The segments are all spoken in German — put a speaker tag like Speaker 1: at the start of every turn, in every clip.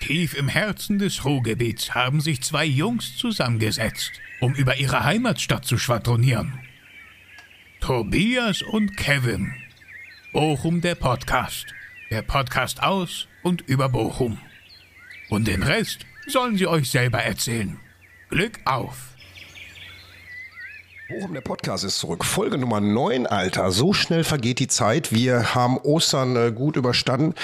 Speaker 1: Tief im Herzen des Ruhrgebiets haben sich zwei Jungs zusammengesetzt, um über ihre Heimatstadt zu schwadronieren. Tobias und Kevin. Bochum der Podcast. Der Podcast aus und über Bochum. Und den Rest sollen sie euch selber erzählen. Glück auf!
Speaker 2: Bochum, der Podcast ist zurück. Folge Nummer 9, Alter. So schnell vergeht die Zeit. Wir haben Ostern äh, gut überstanden.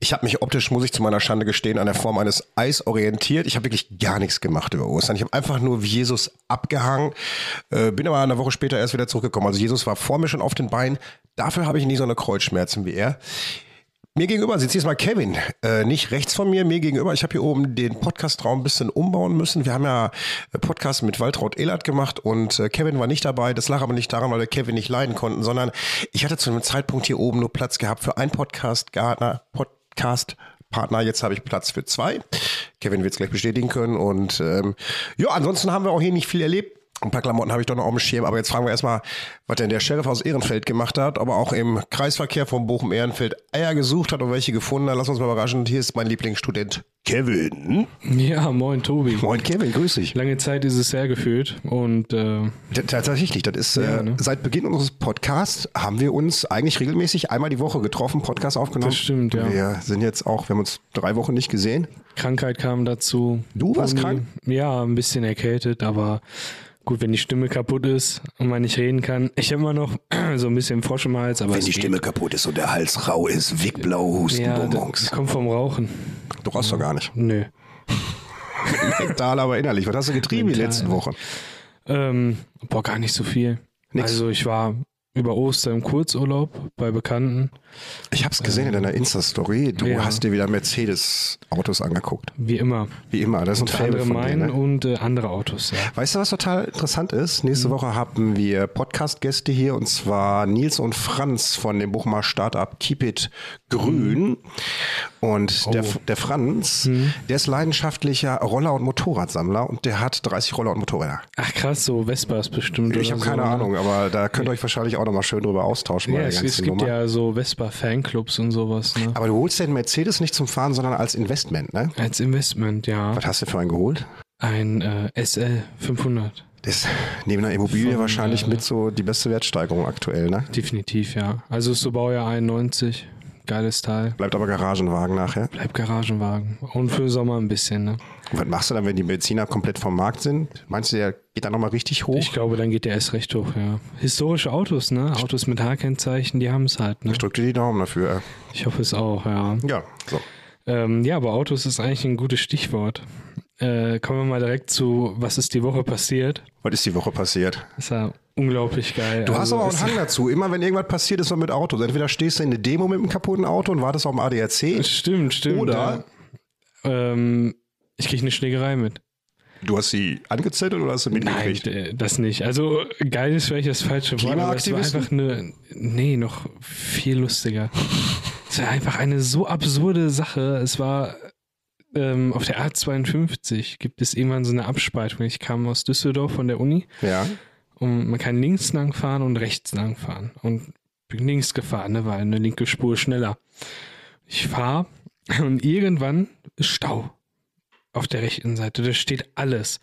Speaker 2: Ich habe mich optisch, muss ich zu meiner Schande gestehen, an der Form eines Eis orientiert. Ich habe wirklich gar nichts gemacht über Ostern. Ich habe einfach nur wie Jesus abgehangen, äh, bin aber eine Woche später erst wieder zurückgekommen. Also Jesus war vor mir schon auf den Beinen. Dafür habe ich nie so eine Kreuzschmerzen wie er. Mir gegenüber sitzt diesmal Kevin, äh, nicht rechts von mir, mir gegenüber. Ich habe hier oben den Podcastraum ein bisschen umbauen müssen. Wir haben ja äh, Podcast mit Waltraud Ehlert gemacht und äh, Kevin war nicht dabei. Das lag aber nicht daran, weil wir Kevin nicht leiden konnten, sondern ich hatte zu einem Zeitpunkt hier oben nur Platz gehabt für einen Podcast, Gartner, Podcast. Partner, jetzt habe ich Platz für zwei. Kevin wird es gleich bestätigen können. Und ähm, ja, ansonsten haben wir auch hier nicht viel erlebt. Ein paar Klamotten habe ich doch noch auf dem Schirm, aber jetzt fragen wir erstmal, was denn der Sheriff aus Ehrenfeld gemacht hat, ob er auch im Kreisverkehr von Bochum-Ehrenfeld Eier gesucht hat und welche gefunden hat. Lass uns mal überraschen. Hier ist mein Lieblingsstudent Kevin.
Speaker 3: Ja, moin Tobi.
Speaker 2: Moin Kevin, grüß dich.
Speaker 3: Lange Zeit ist es her gefühlt und äh,
Speaker 2: T- Tatsächlich, das ist äh,
Speaker 3: Ja, ne?
Speaker 2: seit Beginn unseres Podcasts haben wir uns eigentlich regelmäßig einmal die Woche getroffen, Podcast aufgenommen.
Speaker 3: Das stimmt, ja.
Speaker 2: Wir sind jetzt auch, wir haben uns drei Wochen nicht gesehen.
Speaker 3: Krankheit kam dazu.
Speaker 2: Du warst
Speaker 3: Uni-
Speaker 2: krank?
Speaker 3: Ja, ein bisschen erkältet, aber gut, wenn die Stimme kaputt ist und man nicht reden kann. Ich habe immer noch so ein bisschen Frosch im Hals, aber es geht.
Speaker 2: kaputt ist und der Hals rau ist, Wickblau,
Speaker 3: ja, das kommt vom Rauchen.
Speaker 2: Du rauchst doch gar nicht.
Speaker 3: Nö.
Speaker 2: Mental, aber innerlich. Was hast du getrieben die
Speaker 3: Mental.
Speaker 2: letzten Wochen?
Speaker 3: Ähm, boah, gar nicht so viel.
Speaker 2: Nix.
Speaker 3: Also ich war über Ostern im Kurzurlaub bei Bekannten.
Speaker 2: Ich habe es gesehen in deiner Insta-Story. Du
Speaker 3: Ähm, ja.
Speaker 2: hast dir wieder Mercedes-Autos angeguckt.
Speaker 3: Wie immer.
Speaker 2: Wie immer, das ist ein
Speaker 3: Unter
Speaker 2: Fable
Speaker 3: anderem
Speaker 2: von dir.
Speaker 3: meinen
Speaker 2: Ne?
Speaker 3: und äh, andere Autos, ja.
Speaker 2: Weißt du, was total interessant ist?
Speaker 3: Mhm.
Speaker 2: Nächste Woche haben wir Podcast-Gäste hier und zwar Nils und Franz von dem Bochumer Startup Keep It
Speaker 3: Mhm.
Speaker 2: Grün. Und der,
Speaker 3: Oh.
Speaker 2: der Franz, der ist leidenschaftlicher Roller- und Motorradsammler und der hat 30 Roller und Motorräder.
Speaker 3: Ach krass, so Vespas bestimmt.
Speaker 2: ich
Speaker 3: oder
Speaker 2: habe
Speaker 3: so,
Speaker 2: keine
Speaker 3: ne?
Speaker 2: Ahnung, aber da könnt ihr euch wahrscheinlich auch nochmal schön drüber austauschen.
Speaker 3: Ja,
Speaker 2: meine
Speaker 3: es,
Speaker 2: ganze
Speaker 3: es gibt
Speaker 2: Nummer.
Speaker 3: ja so Vespa-Fanclubs und sowas, ne?
Speaker 2: Aber du holst den Mercedes nicht zum Fahren, sondern als Investment, ne?
Speaker 3: Als Investment, ja.
Speaker 2: Was hast du für einen geholt?
Speaker 3: Ein äh, SL 500.
Speaker 2: Das ist neben einer Immobilie
Speaker 3: Von,
Speaker 2: wahrscheinlich
Speaker 3: äh,
Speaker 2: mit so die beste Wertsteigerung aktuell, ne?
Speaker 3: Definitiv, ja. Also ist so Baujahr 91. Geiles Teil.
Speaker 2: Bleibt aber Garagenwagen nachher.
Speaker 3: Bleib Garagenwagen. Und für den Sommer ein bisschen, ne?
Speaker 2: Und was machst du dann, wenn die Benziner komplett vom Markt sind? Meinst du, der geht dann nochmal richtig hoch?
Speaker 3: Ich glaube, dann geht der erst recht hoch, ja. Historische Autos, ne? Autos mit H-Kennzeichen, die haben es halt, ne?
Speaker 2: Ich drück dir die Daumen dafür.
Speaker 3: Ich hoffe es auch, ja.
Speaker 2: Ja, so.
Speaker 3: Ähm, ja, aber Autos ist eigentlich ein gutes Stichwort. Äh, kommen wir mal direkt zu, was ist die Woche passiert?
Speaker 2: Was ist die Woche passiert?
Speaker 3: Ist ja unglaublich geil.
Speaker 2: Du hast
Speaker 3: Also
Speaker 2: aber auch
Speaker 3: ist-
Speaker 2: einen Hang dazu. Immer wenn irgendwas passiert ist, dann mit Autos. Entweder stehst du in eine Demo mit einem kaputten Auto und wartest auf dem ADAC.
Speaker 3: Stimmt, stimmt.
Speaker 2: Oder-
Speaker 3: ja. Ähm, ich kriege eine Schlägerei mit.
Speaker 2: Du hast sie angezettelt oder hast du
Speaker 3: Nein,
Speaker 2: mitgekriegt?
Speaker 3: d- das nicht. Also geil ist vielleicht das falsche Wort, aber es war
Speaker 2: Klimaaktivisten?
Speaker 3: einfach eine, nee, noch viel lustiger. es war einfach eine so absurde Sache. Es war ähm, auf der A52 gibt es irgendwann so eine Abspaltung. Ich kam aus Düsseldorf von der Uni
Speaker 2: Ja.
Speaker 3: und man um kann links lang fahren und rechts lang fahren. Und bin links gefahren, ne, weil eine linke Spur schneller. Ich fahre und irgendwann ist Stau auf der rechten Seite. Da steht alles.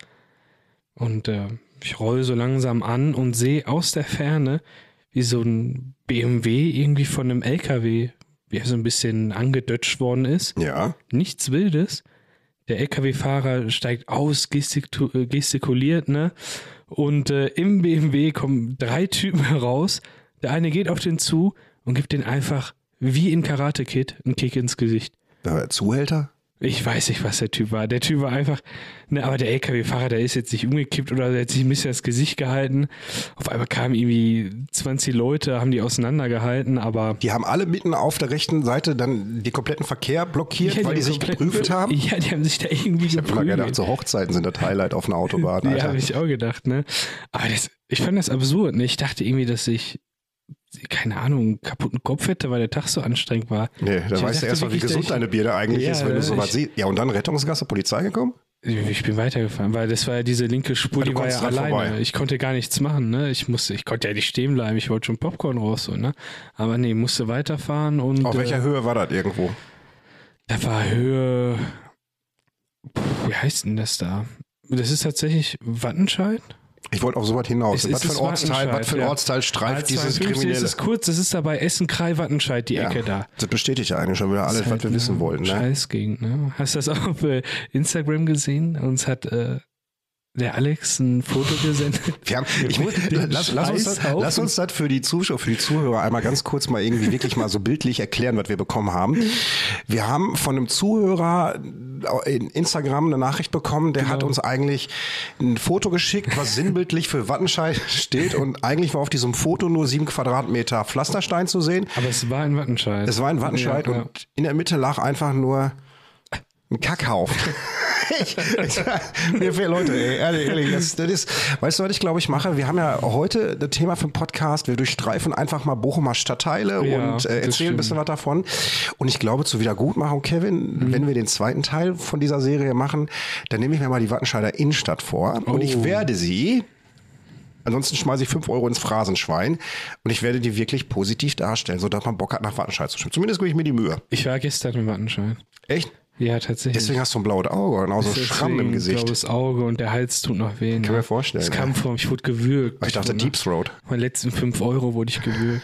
Speaker 3: Und äh, ich roll so langsam an und sehe aus der Ferne, wie so ein BMW irgendwie von einem LKW wie er so ein bisschen angedutscht worden ist
Speaker 2: Ja.
Speaker 3: nichts Wildes. Der LKW-Fahrer steigt aus, gestiku äh, gestikuliert, ne? Und äh, im BMW kommen drei Typen heraus. Der eine geht auf den zu und gibt den einfach wie in Karate Kid einen Kick ins Gesicht.
Speaker 2: Äh, Zuhälter?
Speaker 3: Ich weiß nicht, was der Typ war. Der Typ war einfach, ne, aber der LKW-Fahrer, der ist jetzt nicht umgekippt oder der hat sich ein bisschen das Gesicht gehalten. Auf einmal kamen irgendwie 20 Leute, haben die auseinandergehalten, aber
Speaker 2: Die haben alle mitten auf der rechten Seite dann den kompletten Verkehr blockiert,
Speaker 3: Ja, die
Speaker 2: weil die sich
Speaker 3: komplett-
Speaker 2: geprügelt haben.
Speaker 3: Ja, die haben sich da irgendwie
Speaker 2: Ich habe immer
Speaker 3: geprügelt.
Speaker 2: gedacht, so Hochzeiten sind das Highlight auf einer Autobahn.
Speaker 3: Ja,
Speaker 2: Alter.
Speaker 3: habe ich auch gedacht, ne? Aber das, ich fand das absurd, ne? Ich dachte irgendwie, dass ich, keine Ahnung, einen kaputten Kopf hätte, weil der Tag so anstrengend war.
Speaker 2: nee, da weißt
Speaker 3: Ich
Speaker 2: du
Speaker 3: dachte
Speaker 2: erstmal, wie
Speaker 3: wirklich,
Speaker 2: gesund
Speaker 3: ich-
Speaker 2: deine Birne eigentlich
Speaker 3: Ja,
Speaker 2: ist, wenn du
Speaker 3: ne,
Speaker 2: sowas
Speaker 3: ich-
Speaker 2: siehst. Ja, und dann Rettungsgasse, Polizei gekommen?
Speaker 3: Ich bin weitergefahren, weil das war ja diese linke Spur,
Speaker 2: Ja, du
Speaker 3: die war
Speaker 2: konntest
Speaker 3: ja
Speaker 2: dran
Speaker 3: alleine.
Speaker 2: vorbei.
Speaker 3: Ich konnte gar nichts machen, ne? Ich musste, ich konnte ja nicht stehen bleiben, ich wollte schon Popcorn rausholen, ne? Aber nee, musste weiterfahren und
Speaker 2: Auf
Speaker 3: äh,
Speaker 2: welcher Höhe war das irgendwo?
Speaker 3: da war Höhe wie heißt denn das da? Das ist tatsächlich Wattenscheid?
Speaker 2: Ich wollte auf so weit hinaus.
Speaker 3: Es
Speaker 2: was,
Speaker 3: ist
Speaker 2: für ein Ortsteil,
Speaker 3: Wattenscheid,
Speaker 2: was für ein
Speaker 3: ja.
Speaker 2: Ortsteil streift dieses
Speaker 3: 52,
Speaker 2: Kriminelle?
Speaker 3: Es ist kurz, es ist dabei Essen-Krei-Wattenscheid, die
Speaker 2: ja,
Speaker 3: Ecke da.
Speaker 2: Das bestätigt ja eigentlich schon wieder alles,
Speaker 3: Ist
Speaker 2: was
Speaker 3: halt
Speaker 2: wir
Speaker 3: eine
Speaker 2: wissen wollten. Ne?
Speaker 3: Scheißgegend, ne? Hast du das auch auf äh, Instagram gesehen? Uns hat äh, der Alex ein Foto gesendet.
Speaker 2: Wir haben,
Speaker 3: Wir
Speaker 2: ich,
Speaker 3: holen den
Speaker 2: lass, lass, uns das,
Speaker 3: Scheiß auf
Speaker 2: lass uns das für die Zuschauer, für die Zuhörer einmal ganz kurz mal irgendwie wirklich mal so bildlich erklären, was wir bekommen haben. Wir haben von einem Zuhörer in Instagram eine Nachricht bekommen, der
Speaker 3: Genau.
Speaker 2: hat uns eigentlich ein Foto geschickt, was sinnbildlich für Wattenscheid steht und eigentlich war auf diesem Foto nur sieben Quadratmeter Pflasterstein zu sehen.
Speaker 3: Aber es war in Wattenscheid.
Speaker 2: Es war ein Wattenscheid
Speaker 3: Ja, ja.
Speaker 2: und in der Mitte lag einfach nur ein Kackhaufen. ich, ich, mir fehlen Leute, ey, ehrlich, ehrlich das, das ist, weißt du, was ich glaube ich mache? Wir haben ja heute das Thema für den Podcast, wir durchstreifen einfach mal Bochumer Stadtteile
Speaker 3: Ja,
Speaker 2: und äh,
Speaker 3: das
Speaker 2: erzählen ein
Speaker 3: stimmt. Mhm.
Speaker 2: bisschen was davon. Und ich glaube, zur Wiedergutmachung, Kevin, wenn wir den zweiten Teil von dieser Serie machen, dann nehme ich mir mal die Wattenscheider Innenstadt vor und
Speaker 3: Oh.
Speaker 2: ich werde sie Ansonsten schmeiße ich 5 Euro ins Phrasenschwein und ich werde die wirklich positiv darstellen, sodass man Bock hat, nach Wattenscheid zu schwimmen. Zumindest gebe ich mir die Mühe.
Speaker 3: Ich war gestern in Wattenscheid.
Speaker 2: Echt?
Speaker 3: Ja, tatsächlich.
Speaker 2: Deswegen hast du ein blaues Auge und auch so Schramm im
Speaker 3: Deswegen
Speaker 2: Gesicht.
Speaker 3: Blaues Auge und der Hals tut noch weh.
Speaker 2: Kann mir vorstellen,
Speaker 3: Es
Speaker 2: ne?
Speaker 3: kam vor, ich wurde gewürgt.
Speaker 2: Ich dachte,
Speaker 3: Und
Speaker 2: Deep Throat
Speaker 3: nach Meinen letzten 5 Euro wurde ich gewürgt.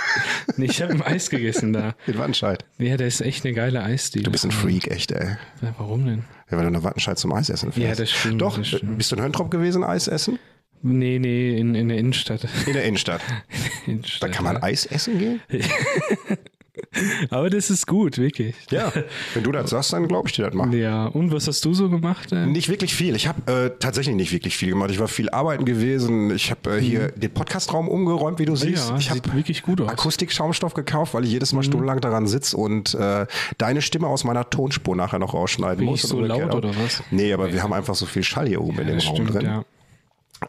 Speaker 3: nee, ich habe ein Eis gegessen da.
Speaker 2: in Wattenscheid.
Speaker 3: Ja, da ist echt eine geile Eisdiele.
Speaker 2: Du bist ein Freak, echt, ey.
Speaker 3: Ja, warum denn?
Speaker 2: Ja, wenn du nach Wattenscheid zum Eisessen fährst.
Speaker 3: Ja, das stimmt,
Speaker 2: Doch,
Speaker 3: das stimmt.
Speaker 2: bist du in Höntrop gewesen, Eis essen?
Speaker 3: Nee, nee, in, in der Innenstadt.
Speaker 2: In der Innenstadt. Da
Speaker 3: Innenstadt
Speaker 2: kann man Eis essen gehen?
Speaker 3: Aber das ist gut, wirklich.
Speaker 2: Ja. Wenn du das sagst, dann glaube ich dir das mal.
Speaker 3: Ja, und was hast du so gemacht? Äh?
Speaker 2: Nicht wirklich viel. Ich habe äh, tatsächlich nicht wirklich viel gemacht. Ich war viel arbeiten gewesen. Ich habe äh, hier den Podcastraum umgeräumt, wie du siehst.
Speaker 3: Mhm. Ja,
Speaker 2: ich habe
Speaker 3: sieht wirklich gut aus. Mhm.
Speaker 2: Akustik-Schaumstoff gekauft, weil ich jedes Mal stundenlang daran sitze und äh, deine Stimme aus meiner Tonspur nachher noch rausschneiden
Speaker 3: Bin
Speaker 2: muss.
Speaker 3: ich so
Speaker 2: und umgekehrt
Speaker 3: laut
Speaker 2: auch.
Speaker 3: oder was?
Speaker 2: Nee, aber wir haben einfach so viel Schall hier oben in dem
Speaker 3: das
Speaker 2: Raum
Speaker 3: stimmt,
Speaker 2: drin.
Speaker 3: ja.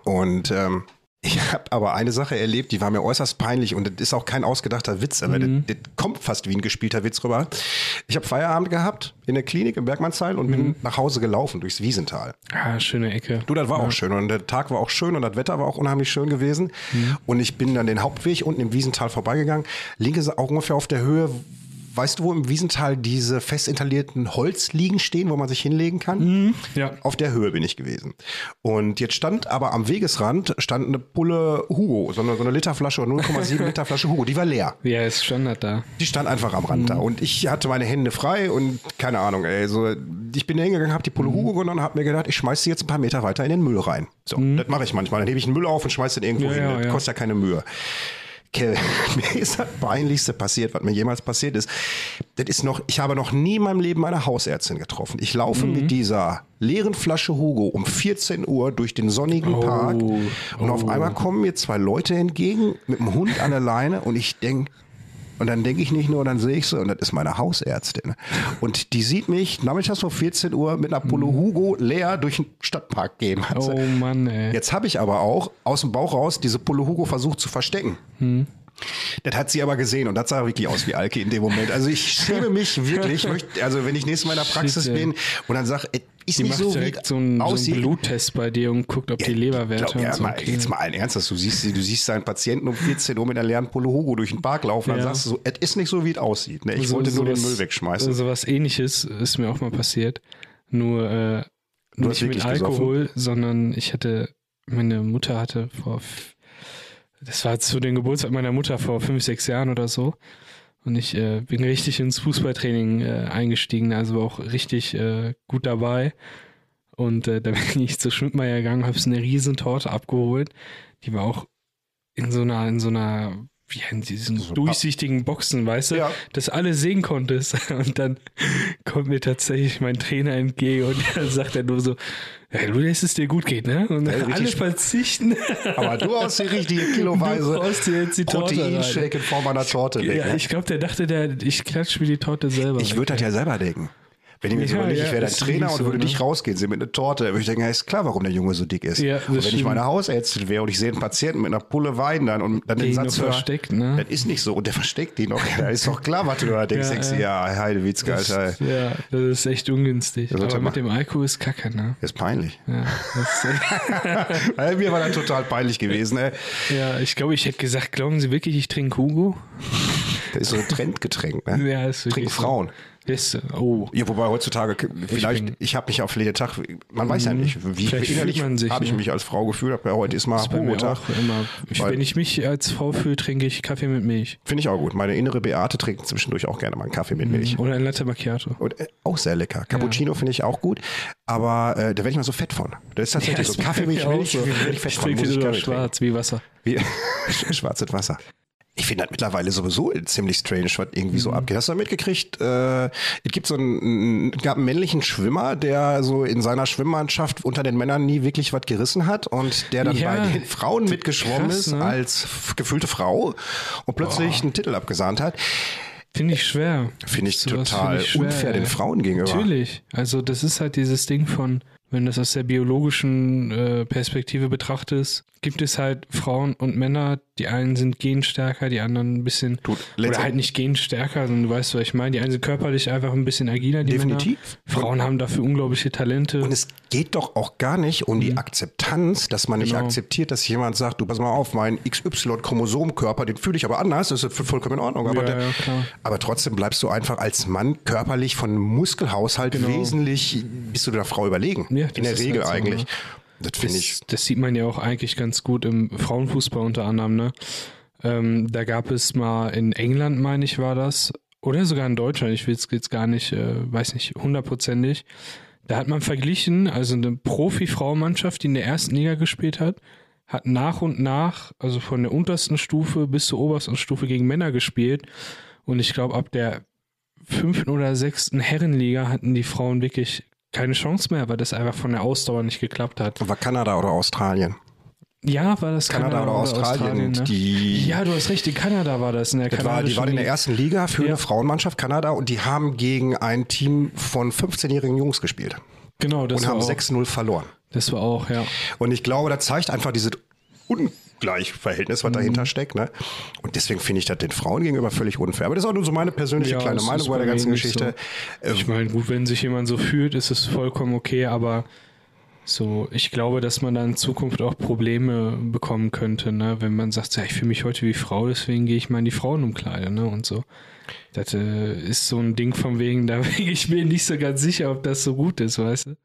Speaker 2: Und ähm, ich habe aber eine Sache erlebt, die war mir äußerst peinlich und das ist auch kein ausgedachter Witz, aber
Speaker 3: Mhm.
Speaker 2: das, das kommt fast wie ein gespielter Witz rüber. Ich habe Feierabend gehabt in der Klinik im Bergmannsheil und
Speaker 3: Mhm.
Speaker 2: bin nach Hause gelaufen durchs Wiesental.
Speaker 3: Ah, schöne Ecke.
Speaker 2: Du, das war auch schön und der Tag war auch schön und das Wetter war auch unheimlich schön gewesen. Und ich bin dann den Hauptweg unten im Wiesental vorbeigegangen. Linke Seite auch ungefähr auf der Höhe. Weißt du, wo im Wiesental diese fest installierten Holzliegen stehen, wo man sich hinlegen kann?
Speaker 3: Ja.
Speaker 2: Auf der Höhe bin ich gewesen. Und jetzt stand aber am Wegesrand stand eine Pulle Hugo, so eine, so eine Literflasche oder 0,7 Liter Flasche Hugo, die war leer.
Speaker 3: Ja, ist Standard da.
Speaker 2: Die stand einfach am
Speaker 3: Mhm.
Speaker 2: Rand da und ich hatte meine Hände frei und keine Ahnung, ey, so, ich bin da hingegangen, habe die
Speaker 3: Mhm.
Speaker 2: Pulle Hugo genommen und habe mir gedacht, ich schmeiß sie jetzt ein paar Meter weiter in den Müll rein. So, das mache ich manchmal. Dann hebe ich den Müll auf und schmeiß den irgendwo
Speaker 3: Mhm. Ja,
Speaker 2: hin.
Speaker 3: ja,
Speaker 2: das
Speaker 3: ja.
Speaker 2: kostet ja keine Mühe. Kevin, mir ist das Peinlichste passiert, was mir jemals passiert ist. Das ist noch, ich habe noch nie in meinem Leben eine Hausärztin getroffen. Ich laufe
Speaker 3: Mhm.
Speaker 2: mit dieser leeren Flasche Hugo um 14 Uhr durch den
Speaker 3: Oh.
Speaker 2: sonnigen Park und auf einmal kommen mir zwei Leute entgegen mit einem Hund an der Leine und ich denke, und dann denke ich nicht nur, dann sehe ich sie und das ist meine Hausärztin. Und die sieht mich nachmittags um 14 Uhr mit einer Polo Hugo leer durch den Stadtpark gehen. Hat sie.
Speaker 3: Mhm. Oh Mann, ey.
Speaker 2: Jetzt habe ich aber auch aus dem Bauch raus diese Pulle Hugo versucht zu verstecken. Das hat sie aber gesehen und das sah wirklich aus wie Alke in dem Moment. Also ich schäme mich wirklich. Möchte, also wenn ich nächstes Mal in der Praxis
Speaker 3: Shit, ey.
Speaker 2: bin und dann sage, ist
Speaker 3: Die
Speaker 2: nicht
Speaker 3: macht
Speaker 2: so wie
Speaker 3: direkt so einen, so einen
Speaker 2: aussieht.
Speaker 3: Bluttest bei dir und guckt, ob die
Speaker 2: Glaub,
Speaker 3: Leberwerte
Speaker 2: ja,
Speaker 3: und so.
Speaker 2: mal, jetzt mal allen Ernstes, du siehst, du siehst deinen Patienten um 14 Uhr mit einer leeren Pulle Hugo durch den Park laufen, dann
Speaker 3: Ja.
Speaker 2: sagst du so, es ist nicht so, wie es aussieht. Ne? Ich wollte nur den Müll wegschmeißen.
Speaker 3: So was ähnliches ist mir auch mal passiert. Nur äh,
Speaker 2: hast
Speaker 3: nicht mit
Speaker 2: wirklich
Speaker 3: Alkohol, sondern ich hatte, meine Mutter hatte vor, f- das war zu dem Geburtstag meiner Mutter vor fünf, sechs Jahren oder so. Und ich äh, bin richtig ins Fußballtraining äh, eingestiegen, also auch richtig äh, gut dabei. Und äh, da bin ich zu Schmidtmeier gegangen, habe eine Riesentorte abgeholt. Die war auch in so einer, in so einer, ja, in diesen
Speaker 2: So ein Papp-
Speaker 3: durchsichtigen Boxen, weißt du?
Speaker 2: Ja.
Speaker 3: dass alle sehen konntest. Und dann kommt mir tatsächlich mein Trainer entgegen und dann sagt er nur so, hey, du lässt es dir gut geht, ne? Und
Speaker 2: Ja, richtig
Speaker 3: alle
Speaker 2: sp-
Speaker 3: verzichten.
Speaker 2: Aber du hast die richtige kiloweise
Speaker 3: Du haust dir jetzt die Torte rein.
Speaker 2: Proteinshake in Form einer Torte weg.
Speaker 3: Ja,
Speaker 2: ne?
Speaker 3: ich glaube, der dachte, der, ich klatsche mir die Torte selber.
Speaker 2: Ich halt
Speaker 3: weg.
Speaker 2: würde das ja selber denken. Wenn ich mir jetzt
Speaker 3: Ja,
Speaker 2: überlege,
Speaker 3: ja,
Speaker 2: ich wäre dein
Speaker 3: ist
Speaker 2: Trainer
Speaker 3: wirklich
Speaker 2: und würde
Speaker 3: so, ne?
Speaker 2: dich rausgehen sehen mit einer Torte, würde ich denken, ja, ist klar, warum der Junge so dick ist.
Speaker 3: Ja, das
Speaker 2: und wenn ich
Speaker 3: stimmt.
Speaker 2: meine Hausärztin wäre und ich sehe einen Patienten mit einer Pulle Wein dann und dann den
Speaker 3: Den noch
Speaker 2: Satz höre,
Speaker 3: versteckt, ne?
Speaker 2: das ist nicht so und der versteckt die noch. Da ist doch klar, was du da denkst.
Speaker 3: Ja,
Speaker 2: denkst du, ja, Heidewitzke, Alter. ey.
Speaker 3: ja, das ist echt ungünstig.
Speaker 2: sollte
Speaker 3: Aber
Speaker 2: er
Speaker 3: mit dem Alkohol ist Kacke, ne?
Speaker 2: Das ist peinlich.
Speaker 3: Ja, das
Speaker 2: Ey, Mir war das total peinlich gewesen. Ey.
Speaker 3: ja ich glaube, ich hätte gesagt, glauben Sie wirklich, ich trinke Hugo?
Speaker 2: Das ist so ein Trendgetränk, ne?
Speaker 3: Ja, ist wirklich
Speaker 2: Trinken
Speaker 3: so.
Speaker 2: Frauen.
Speaker 3: Yes. Oh.
Speaker 2: Ja, wobei heutzutage, k- vielleicht,
Speaker 3: bin- Mhm.
Speaker 2: ich, hab habe mich auf jeden Tag, man weiß ja nicht, wie
Speaker 3: Vielleicht
Speaker 2: innerlich
Speaker 3: fühlt man sich,
Speaker 2: habe ich
Speaker 3: ne?
Speaker 2: mich als Frau gefühlt, aber heute ist mal
Speaker 3: Ist bei mir
Speaker 2: Homo-Tag.
Speaker 3: auch immer. Ich,
Speaker 2: Weil-
Speaker 3: wenn ich mich als Frau fühle, trinke ich Kaffee mit Milch.
Speaker 2: Finde ich auch gut. Meine innere Beate trinkt zwischendurch auch gerne mal einen Kaffee mit Milch.
Speaker 3: Oder ein Latte Macchiato.
Speaker 2: Und äh, auch sehr lecker. Cappuccino finde ich auch gut, aber äh, da werde ich mal so fett von. Das ist tatsächlich so. Kaffee mit Milch, werde ich fett
Speaker 3: Ich
Speaker 2: von.
Speaker 3: trinke
Speaker 2: Muss ich
Speaker 3: nur
Speaker 2: gerne
Speaker 3: noch schwarz, wie Wasser.
Speaker 2: trinken. Wie, schwarzes Wasser. Ich finde das mittlerweile sowieso ziemlich strange, was irgendwie
Speaker 3: Mhm.
Speaker 2: so abgeht. Hast du da mitgekriegt, äh, es gibt so einen, es gab einen männlichen Schwimmer, der so in seiner Schwimmmannschaft unter den Männern nie wirklich was gerissen hat und der dann
Speaker 3: Ja.
Speaker 2: bei den Frauen mitgeschwommen
Speaker 3: Krass,
Speaker 2: ist
Speaker 3: ne?
Speaker 2: als f- gefühlte Frau und plötzlich einen Titel abgesahnt hat.
Speaker 3: Finde ich schwer.
Speaker 2: Finde ich
Speaker 3: Sowas
Speaker 2: total
Speaker 3: find ich schwer,
Speaker 2: unfair
Speaker 3: ey.
Speaker 2: den Frauen gegenüber.
Speaker 3: Natürlich. Also das ist halt dieses Ding von, wenn du das aus der biologischen äh, Perspektive betrachtest, gibt es halt Frauen und Männer, die einen sind genstärker, die anderen ein bisschen
Speaker 2: Du,
Speaker 3: oder
Speaker 2: letztend-
Speaker 3: halt nicht genstärker, sondern du weißt, was ich meine. Die einen sind körperlich einfach ein bisschen agiler, die
Speaker 2: Definitiv.
Speaker 3: Männer. Frauen haben dafür unglaubliche Talente.
Speaker 2: Und es geht doch auch gar nicht um die Akzeptanz, dass man nicht
Speaker 3: Mhm. Genau.
Speaker 2: akzeptiert, dass jemand sagt, du pass mal auf, mein XY-Chromosomkörper, den fühle ich aber anders, das ist vollkommen in Ordnung. Aber,
Speaker 3: Ja,
Speaker 2: der,
Speaker 3: ja, klar.
Speaker 2: aber trotzdem bleibst du einfach als Mann körperlich von Muskelhaushalt wesentlich, bist du der Frau überlegen.
Speaker 3: Genau. Ja, das
Speaker 2: in der
Speaker 3: ist
Speaker 2: Regel
Speaker 3: halt so,
Speaker 2: eigentlich.
Speaker 3: ne?
Speaker 2: Das finde ich,
Speaker 3: Das, das sieht man ja auch eigentlich ganz gut im Frauenfußball unter anderem. Ne? Ähm, da gab es mal in England, meine ich, war das, oder sogar in Deutschland, ich will es jetzt gar nicht, äh, weiß nicht, hundertprozentig. Da hat man verglichen, also eine Profi-Frauenmannschaft, die in der ersten Liga gespielt hat, hat nach und nach, also von der untersten Stufe bis zur obersten Stufe gegen Männer gespielt. Und ich glaube, ab der fünften oder sechsten Herrenliga hatten die Frauen wirklich keine Chance mehr, weil das einfach von der Ausdauer nicht geklappt hat.
Speaker 2: war Kanada oder Australien?
Speaker 3: Ja, war das
Speaker 2: Kanada
Speaker 3: Kanada,
Speaker 2: oder Australien,
Speaker 3: ne?
Speaker 2: die-
Speaker 3: ja, du hast recht, in Kanada war das. In der
Speaker 2: Das war, die
Speaker 3: kanadischen
Speaker 2: waren in der
Speaker 3: Liga.
Speaker 2: ersten Liga für eine Frauenmannschaft Kanada und die haben gegen ein Team von 15-jährigen Jungs gespielt
Speaker 3: Genau, das
Speaker 2: und
Speaker 3: war,
Speaker 2: haben
Speaker 3: auch,
Speaker 2: 6-0 verloren.
Speaker 3: das war auch, ja.
Speaker 2: Und ich glaube, das zeigt einfach dieses Ungleichverhältnis, was
Speaker 3: Mhm.
Speaker 2: dahinter steckt. Ne? Und deswegen finde ich das den Frauen gegenüber völlig unfair. Aber das ist auch nur so meine persönliche
Speaker 3: Ja,
Speaker 2: kleine
Speaker 3: es ist
Speaker 2: Meinung bei
Speaker 3: bei
Speaker 2: der ganzen
Speaker 3: mir nicht
Speaker 2: Geschichte. Äh,
Speaker 3: Ich meine, gut, wenn sich jemand so fühlt, ist es vollkommen okay, aber so, ich glaube, dass man da in Zukunft auch Probleme bekommen könnte, ne? wenn man sagt, ja, ich fühle mich heute wie Frau, deswegen gehe ich mal in die Frauenumkleide ne? und so. Das äh, ist so ein Ding von wegen, da bin ich mir nicht so ganz sicher, ob das so gut ist, weißt du?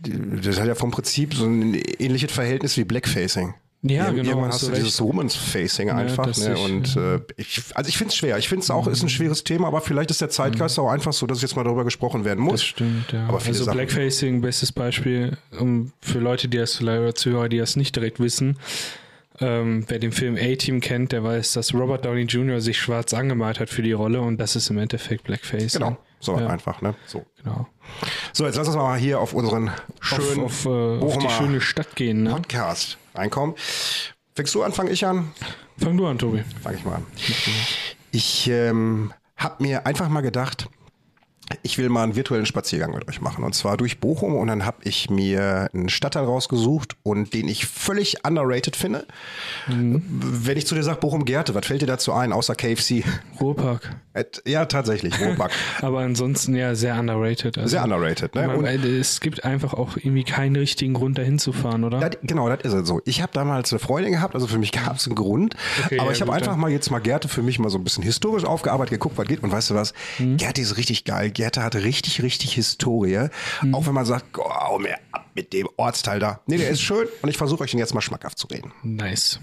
Speaker 2: Das hat ja vom Prinzip so ein ähnliches Verhältnis wie Blackfacing.
Speaker 3: Ja,
Speaker 2: Ir-
Speaker 3: genau,
Speaker 2: Irgendwann hast
Speaker 3: hast
Speaker 2: du
Speaker 3: du
Speaker 2: dieses Woman's Facing einfach.
Speaker 3: das Mhm.
Speaker 2: ne?
Speaker 3: ich-
Speaker 2: und äh, ich, also ich finde es schwer. Ich finde es auch, ist ein schweres Thema, aber vielleicht ist der Zeitgeist auch einfach so, dass jetzt mal darüber gesprochen werden
Speaker 3: Mhm. Das
Speaker 2: muss.
Speaker 3: stimmt, ja.
Speaker 2: Aber viele
Speaker 3: also
Speaker 2: Sachen-
Speaker 3: Blackfacing, bestes Beispiel, um, für Leute, die das vielleicht oder Zuhörer, die das nicht direkt wissen. Ähm, wer den Film A-Team kennt, der weiß, dass Robert Downey Jr. sich schwarz angemalt hat für die Rolle und das ist im Endeffekt Blackface.
Speaker 2: Genau, so
Speaker 3: Ja.
Speaker 2: einfach. Ne? So.
Speaker 3: genau.
Speaker 2: so, jetzt lass uns mal hier auf unseren schönen
Speaker 3: auf, auf, äh, auf die
Speaker 2: Bochumer
Speaker 3: schöne Stadt gehen. Ne?
Speaker 2: Podcast reinkommen. Fängst du an, fange ich an?
Speaker 3: Fang du an, Tobi.
Speaker 2: Fang ich mal an. Ich ähm, habe mir einfach mal gedacht, ich will mal einen virtuellen Spaziergang mit euch machen. Und zwar durch Bochum. Und dann habe ich mir einen Stadtteil rausgesucht und den ich völlig underrated finde. Mhm. Wenn ich zu dir sage, Bochum Gerte, was fällt dir dazu ein, außer KFC?
Speaker 3: Ruhrpark.
Speaker 2: Äh, Ja, tatsächlich, Ruhrpark.
Speaker 3: Aber ansonsten ja sehr underrated. Also,
Speaker 2: Sehr underrated. Ne?
Speaker 3: man,
Speaker 2: Und
Speaker 3: äh, es gibt einfach auch irgendwie keinen richtigen Grund, da hinzufahren, oder?
Speaker 2: Das, genau, das ist es so. Ich habe damals eine Freundin gehabt, also für mich gab es einen Grund.
Speaker 3: Okay,
Speaker 2: aber
Speaker 3: ja,
Speaker 2: ich habe
Speaker 3: gut,
Speaker 2: einfach
Speaker 3: dann.
Speaker 2: mal jetzt mal Gerte für mich mal so ein bisschen historisch aufgearbeitet, geguckt, was geht. Und weißt du was?
Speaker 3: Hm?
Speaker 2: Gerte ist richtig geil. Gerte hat richtig, richtig Historie.
Speaker 3: Hm.
Speaker 2: Auch wenn man sagt, oh, hau mir ab mit dem Ortsteil da. Nee, der ist schön und ich versuche euch den jetzt mal schmackhaft zu reden.
Speaker 3: Nice.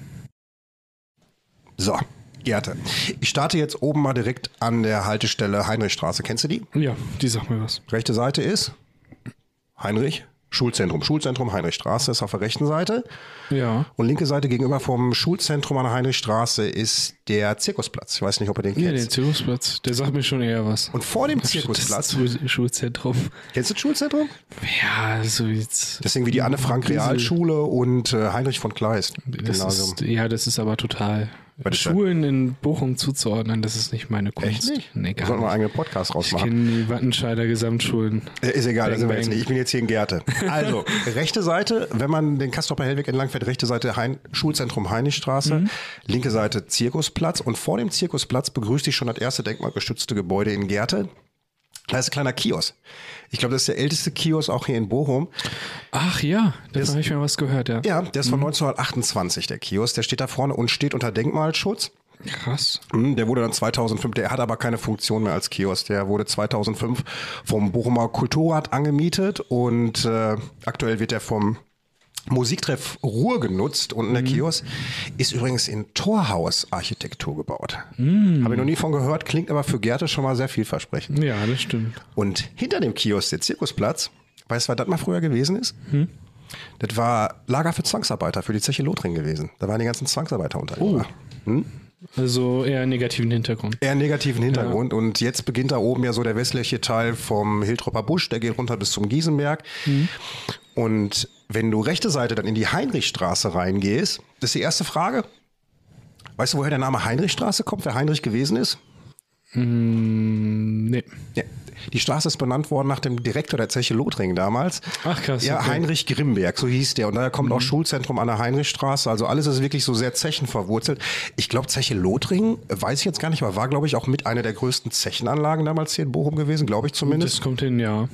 Speaker 2: So, Gerte. Ich starte jetzt oben mal direkt an der Haltestelle Heinrichstraße. Kennst du die?
Speaker 3: Ja, die sagt mir was.
Speaker 2: Rechte Seite ist Heinrich. Schulzentrum, Schulzentrum, Heinrichstraße ist auf der rechten Seite.
Speaker 3: Ja.
Speaker 2: Und linke Seite gegenüber vom Schulzentrum an der Heinrichstraße ist der Zirkusplatz. Ich weiß nicht, ob ihr den
Speaker 3: Ja,
Speaker 2: kennt.
Speaker 3: den Zirkusplatz, der sagt mir schon eher was.
Speaker 2: und vor dem
Speaker 3: Das
Speaker 2: Zirkusplatz,
Speaker 3: Zu- Schulzentrum.
Speaker 2: kennst du das Schulzentrum?
Speaker 3: Ja, so jetzt.
Speaker 2: Deswegen wie die Anne-Frank-Realschule und äh, Heinrich von Kleist.
Speaker 3: Das
Speaker 2: Gymnasium.
Speaker 3: ist, ja, das ist aber total.
Speaker 2: Was ist das?
Speaker 3: Schulen in Bochum zuzuordnen, das ist nicht meine Kunst. Nee, gar
Speaker 2: Sollten wir einen
Speaker 3: nicht.
Speaker 2: eigenen Podcast
Speaker 3: Ich
Speaker 2: rausmachen.
Speaker 3: kenne die Wattenscheider Gesamtschulen.
Speaker 2: Äh, Ist egal, da
Speaker 3: Bang,
Speaker 2: sind wir jetzt
Speaker 3: bang.
Speaker 2: nicht. Ich bin jetzt hier in Gerte. Also, rechte Seite, wenn man den Kastorper Hellweg entlang fährt, rechte Seite Hein Schulzentrum Heinrichstraße,
Speaker 3: Mhm.
Speaker 2: linke Seite Zirkusplatz und vor dem Zirkusplatz begrüßt dich schon das erste denkmalgeschützte Gebäude in Gerte. Da ist ein kleiner Kiosk. Ich glaube, das ist der älteste Kiosk auch hier in Bochum.
Speaker 3: Ach ja, da habe ich mal was gehört, ja.
Speaker 2: Ja, der ist von 1928, der Kiosk. Der steht da vorne und steht unter Denkmalschutz.
Speaker 3: Krass.
Speaker 2: Hm, Der wurde dann 2005, der hat aber keine Funktion mehr als Kiosk. Der wurde 2005 vom Bochumer Kulturrat angemietet und äh, aktuell wird er vom Musiktreff Ruhr genutzt und der Kiosk ist übrigens in Torhaus-Architektur gebaut. Habe ich noch nie von gehört, klingt aber für Gerte schon mal sehr vielversprechend.
Speaker 3: Ja, das stimmt.
Speaker 2: Und hinter dem Kiosk, der Zirkusplatz, weißt du, was das mal früher gewesen ist? Das war Lager für Zwangsarbeiter, für die Zeche Lothringen gewesen. Da waren die ganzen Zwangsarbeiter untergebracht.
Speaker 3: Also eher einen negativen Hintergrund.
Speaker 2: eher einen negativen Hintergrund. Und jetzt beginnt da oben ja so der westliche Teil vom Hiltropper Busch, der geht runter bis zum Giesenberg. Und wenn du rechte Seite dann in die Heinrichstraße reingehst, das ist die erste Frage. Weißt du, woher der Name Heinrichstraße kommt, wer Heinrich gewesen ist?
Speaker 3: Nee.
Speaker 2: Ja. Die Straße ist benannt worden nach dem Direktor der Zeche Lothringen damals.
Speaker 3: Ach, krass,
Speaker 2: Ja,
Speaker 3: okay. Mhm.
Speaker 2: Heinrich Grimberg, so hieß der. Und daher kommt auch Schulzentrum an der Heinrichstraße. Also alles ist wirklich so sehr zechenverwurzelt. Ich glaube, Zeche Lothringen, äh, weiß ich jetzt gar nicht, aber war, glaube ich, auch mit einer der größten Zechenanlagen damals hier in Bochum gewesen, glaube ich zumindest.
Speaker 3: Das kommt hin, ja.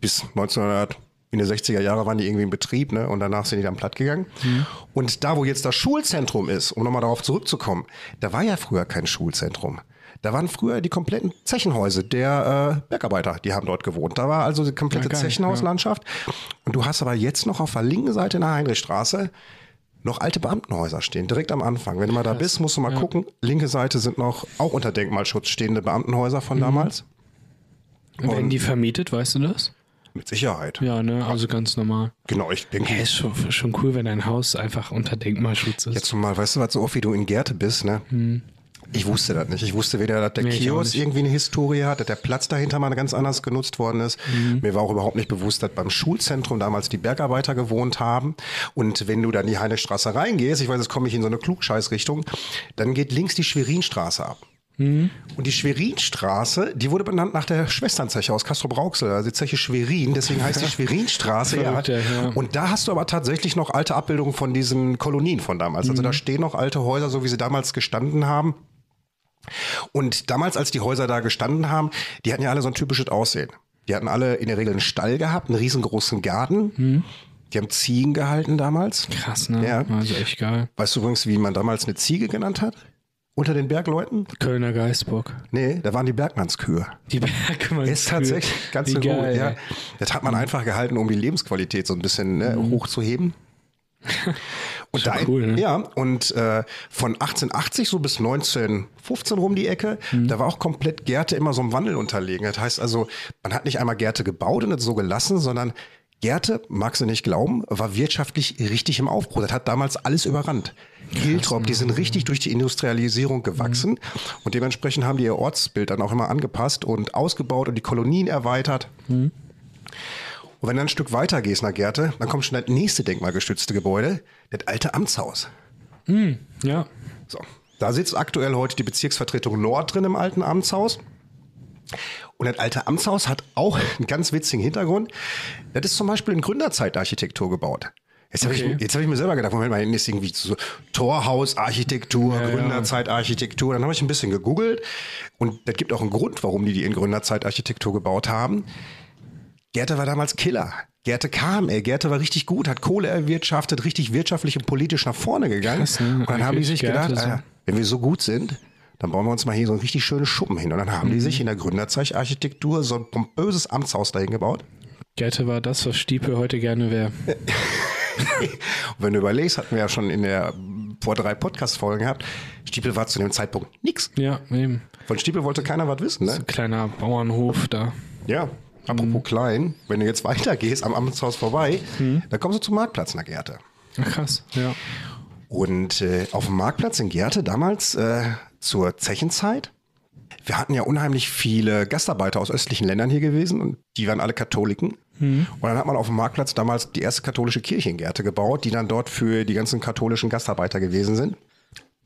Speaker 2: Bis 1900. In den 60er Jahren waren die irgendwie in Betrieb, ne? Und danach sind die dann platt gegangen.
Speaker 3: Mhm.
Speaker 2: Und da, wo jetzt das Schulzentrum ist, um nochmal darauf zurückzukommen, da war ja früher kein Schulzentrum. Da waren früher die kompletten Zechenhäuser der äh, Bergarbeiter, die haben dort gewohnt. Da war also die komplette
Speaker 3: Ja, geil,
Speaker 2: Zechenhauslandschaft. Und du hast aber jetzt noch auf der linken Seite in der Heinrichstraße noch alte Beamtenhäuser stehen, direkt am Anfang. Wenn du mal da bist, musst du mal gucken. Linke Seite sind noch auch unter Denkmalschutz stehende Beamtenhäuser
Speaker 3: Mhm.
Speaker 2: von damals.
Speaker 3: Werden die vermietet, weißt du das?
Speaker 2: Mit Sicherheit.
Speaker 3: Ja, ne? Also ganz normal.
Speaker 2: Genau, ich denke,
Speaker 3: Ja, ist schon, schon cool, wenn dein Haus einfach unter Denkmalschutz ist.
Speaker 2: Jetzt mal, weißt du, was so oft wie du in Gerte bist, ne? Ich wusste das nicht. Ich wusste weder, dass der
Speaker 3: Hm. Nee, ich auch
Speaker 2: Kiosk
Speaker 3: nicht.
Speaker 2: irgendwie eine Historie hat, dass der Platz dahinter mal ganz anders genutzt worden ist.
Speaker 3: Hm.
Speaker 2: Mir war auch überhaupt nicht bewusst, dass beim Schulzentrum damals die Bergarbeiter gewohnt haben. Und wenn du dann die Heinestraße reingehst, ich weiß, jetzt komme ich in so eine Klugscheißrichtung, dann geht links die Schwerinstraße ab. Und die Schwerinstraße, die wurde benannt nach der Schwesternzeche aus Castro Brauxel, also die Zeche Schwerin, deswegen heißt die Schwerinstraße. ja.
Speaker 3: Verrückt, ja, ja.
Speaker 2: Und da hast du aber tatsächlich noch alte Abbildungen von diesen Kolonien von damals.
Speaker 3: Mhm.
Speaker 2: Also da stehen noch alte Häuser, so wie sie damals gestanden haben. Und damals, als die Häuser da gestanden haben, die hatten ja alle so ein typisches Aussehen. Die hatten alle in der Regel einen Stall gehabt, einen riesengroßen Garten.
Speaker 3: Mhm.
Speaker 2: Die haben Ziegen gehalten damals.
Speaker 3: Krass, ne?
Speaker 2: Ja.
Speaker 3: Also echt geil.
Speaker 2: Weißt du übrigens, wie man damals eine Ziege genannt hat? Unter den Bergleuten?
Speaker 3: Kölner Geistbock.
Speaker 2: Nee, da waren die Bergmannskühe.
Speaker 3: Die Bergmann.
Speaker 2: Ist tatsächlich ganz so gut. Ja. Das hat man einfach gehalten, um die Lebensqualität so ein bisschen ne, hochzuheben. Und da,
Speaker 3: Mhm. cool, ne?
Speaker 2: ja, und äh, von 1880 so bis 1915 rum die Ecke,
Speaker 3: Mhm.
Speaker 2: da war auch komplett Gärte immer so einem Wandel unterlegen. Das heißt also, man hat nicht einmal Gärte gebaut und es so gelassen, sondern Gärte, magst du nicht glauben, war wirtschaftlich richtig im Aufbruch. Das hat damals alles überrannt. Hiltrop, die
Speaker 3: ne?
Speaker 2: sind richtig durch die Industrialisierung gewachsen
Speaker 3: Mhm.
Speaker 2: und dementsprechend haben die ihr Ortsbild dann auch immer angepasst und ausgebaut und die Kolonien erweitert. Und wenn du dann ein Stück weiter gehst nach Gerte, dann kommt schon das nächste denkmalgestützte Gebäude, das alte Amtshaus.
Speaker 3: Ja.
Speaker 2: So. Da sitzt aktuell heute die Bezirksvertretung Nord drin im alten Amtshaus. Und das alte Amtshaus hat auch einen ganz witzigen Hintergrund. Das ist zum Beispiel in Gründerzeitarchitektur gebaut. Jetzt habe
Speaker 3: Okay.
Speaker 2: ich, jetzt hab ich mir selber gedacht, Moment mal, hinten ist irgendwie so Torhausarchitektur, Gründerzeitarchitektur. Dann habe ich ein bisschen gegoogelt und das gibt auch einen Grund, warum die die in Gründerzeitarchitektur gebaut haben. Gerte war damals Killer. Gerte kam, ey. Gerte war richtig gut, hat Kohle erwirtschaftet, richtig wirtschaftlich und politisch nach vorne gegangen.
Speaker 3: Krass, ne?
Speaker 2: Und dann haben die
Speaker 3: Eigentlich
Speaker 2: sich
Speaker 3: Gerte
Speaker 2: gedacht,
Speaker 3: so.
Speaker 2: Alter, wenn wir so gut sind, dann bauen wir uns mal hier so einen richtig schönen Schuppen hin. Und dann
Speaker 3: Mhm.
Speaker 2: haben die sich in der Gründerzeicharchitektur so ein pompöses Amtshaus dahin gebaut.
Speaker 3: Gerte war das, was Stiepe heute gerne wäre.
Speaker 2: Und wenn du überlegst, hatten wir ja schon in der vor drei Podcast-Folgen gehabt, Stiepel war zu dem Zeitpunkt nix.
Speaker 3: Ja, eben.
Speaker 2: Von Stiepel wollte keiner was wissen, ne?
Speaker 3: Kleiner Bauernhof da.
Speaker 2: Ja. Apropos
Speaker 3: Mhm.
Speaker 2: klein, wenn du jetzt weitergehst am Amtshaus vorbei, dann kommst du zum Marktplatz nach Gerte.
Speaker 3: Ach, krass, ja.
Speaker 2: Und äh, auf dem Marktplatz in Gerte damals äh, zur Zechenzeit, wir hatten ja unheimlich viele Gastarbeiter aus östlichen Ländern hier gewesen und die waren alle Katholiken. Und dann hat man auf dem Marktplatz damals die erste katholische Kirche in Gerte gebaut, die dann dort für die ganzen katholischen Gastarbeiter gewesen sind.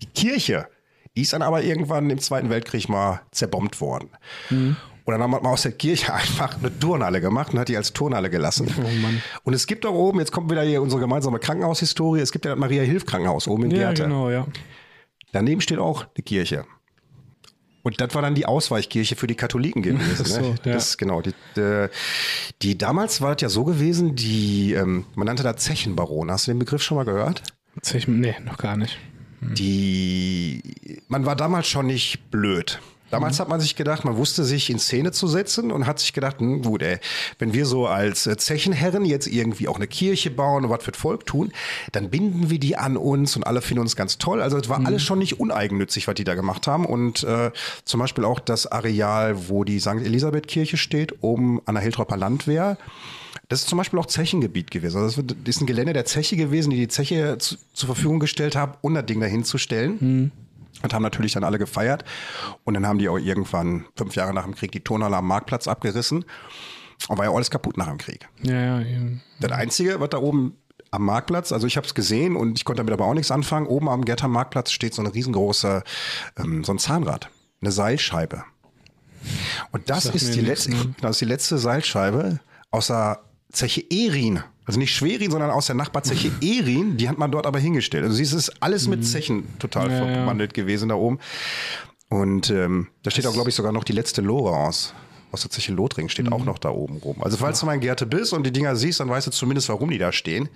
Speaker 2: Die Kirche, die ist dann aber irgendwann im Zweiten Weltkrieg mal zerbombt worden. Und dann haben wir mal aus der Kirche einfach eine Turnhalle gemacht und hat die als Turnhalle gelassen. Und es gibt da oben, jetzt kommt wieder hier unsere gemeinsame Krankenhaushistorie, es gibt ja das Maria-Hilf-Krankenhaus oben in
Speaker 3: Ja,
Speaker 2: Gerte.
Speaker 3: genau, ja.
Speaker 2: Daneben steht auch eine Kirche. Und das war dann die Ausweichkirche für die Katholiken gewesen.
Speaker 3: Ach so,
Speaker 2: ne?
Speaker 3: ja.
Speaker 2: Das genau. Die, äh, die damals war das ja so gewesen, die ähm, man nannte da Zechenbaron. Hast du den Begriff schon mal gehört?
Speaker 3: Zech- Nee, noch gar nicht.
Speaker 2: die man war damals schon nicht blöd. Damals hat man sich gedacht, man wusste sich in Szene zu setzen und hat sich gedacht, hm, gut, ey, wenn wir so als äh, Zechenherren jetzt irgendwie auch eine Kirche bauen und was für das Volk tun, dann binden wir die an uns und alle finden uns ganz toll. Also es war alles schon nicht uneigennützig, was die da gemacht haben. Und äh, zum Beispiel auch das Areal, wo die St. Elisabeth-Kirche steht, oben an der Hiltropper Landwehr. Das ist zum Beispiel auch Zechengebiet gewesen. Also das wird- das ist ein Gelände der Zeche gewesen, die die Zeche zu, zur Verfügung gestellt haben, um das Ding dahin zu stellen. Und haben natürlich dann alle gefeiert. Und dann haben die auch irgendwann fünf Jahre nach dem Krieg die Turnhalle am Marktplatz abgerissen. Und war ja alles kaputt nach dem Krieg.
Speaker 3: Ja, ja, eben.
Speaker 2: Das Einzige, was da oben am Marktplatz, also ich habe es gesehen und ich konnte damit aber auch nichts anfangen, oben am Getter Marktplatz steht so eine riesengroße, ähm, so ein Zahnrad, eine Seilscheibe. Und das
Speaker 3: Sagt
Speaker 2: ist,
Speaker 3: mir
Speaker 2: die
Speaker 3: nichts, ne?
Speaker 2: letzte, genau, das ist die letzte Seilscheibe aus der Zeche Erin. Also nicht Schwerin, sondern aus der Nachbarzeche Erin. Die hat man dort aber hingestellt. Also siehst, es ist alles mit Zechen total
Speaker 3: Mhm. Ja, ja.
Speaker 2: verwandelt gewesen da oben. Und ähm, da steht auch, glaube ich, sogar noch die letzte Lore aus. Aus der Zeche Lothringen steht auch noch da oben rum. Also falls du mal in Gerte bist und die Dinger siehst, dann weißt du zumindest, warum die da stehen.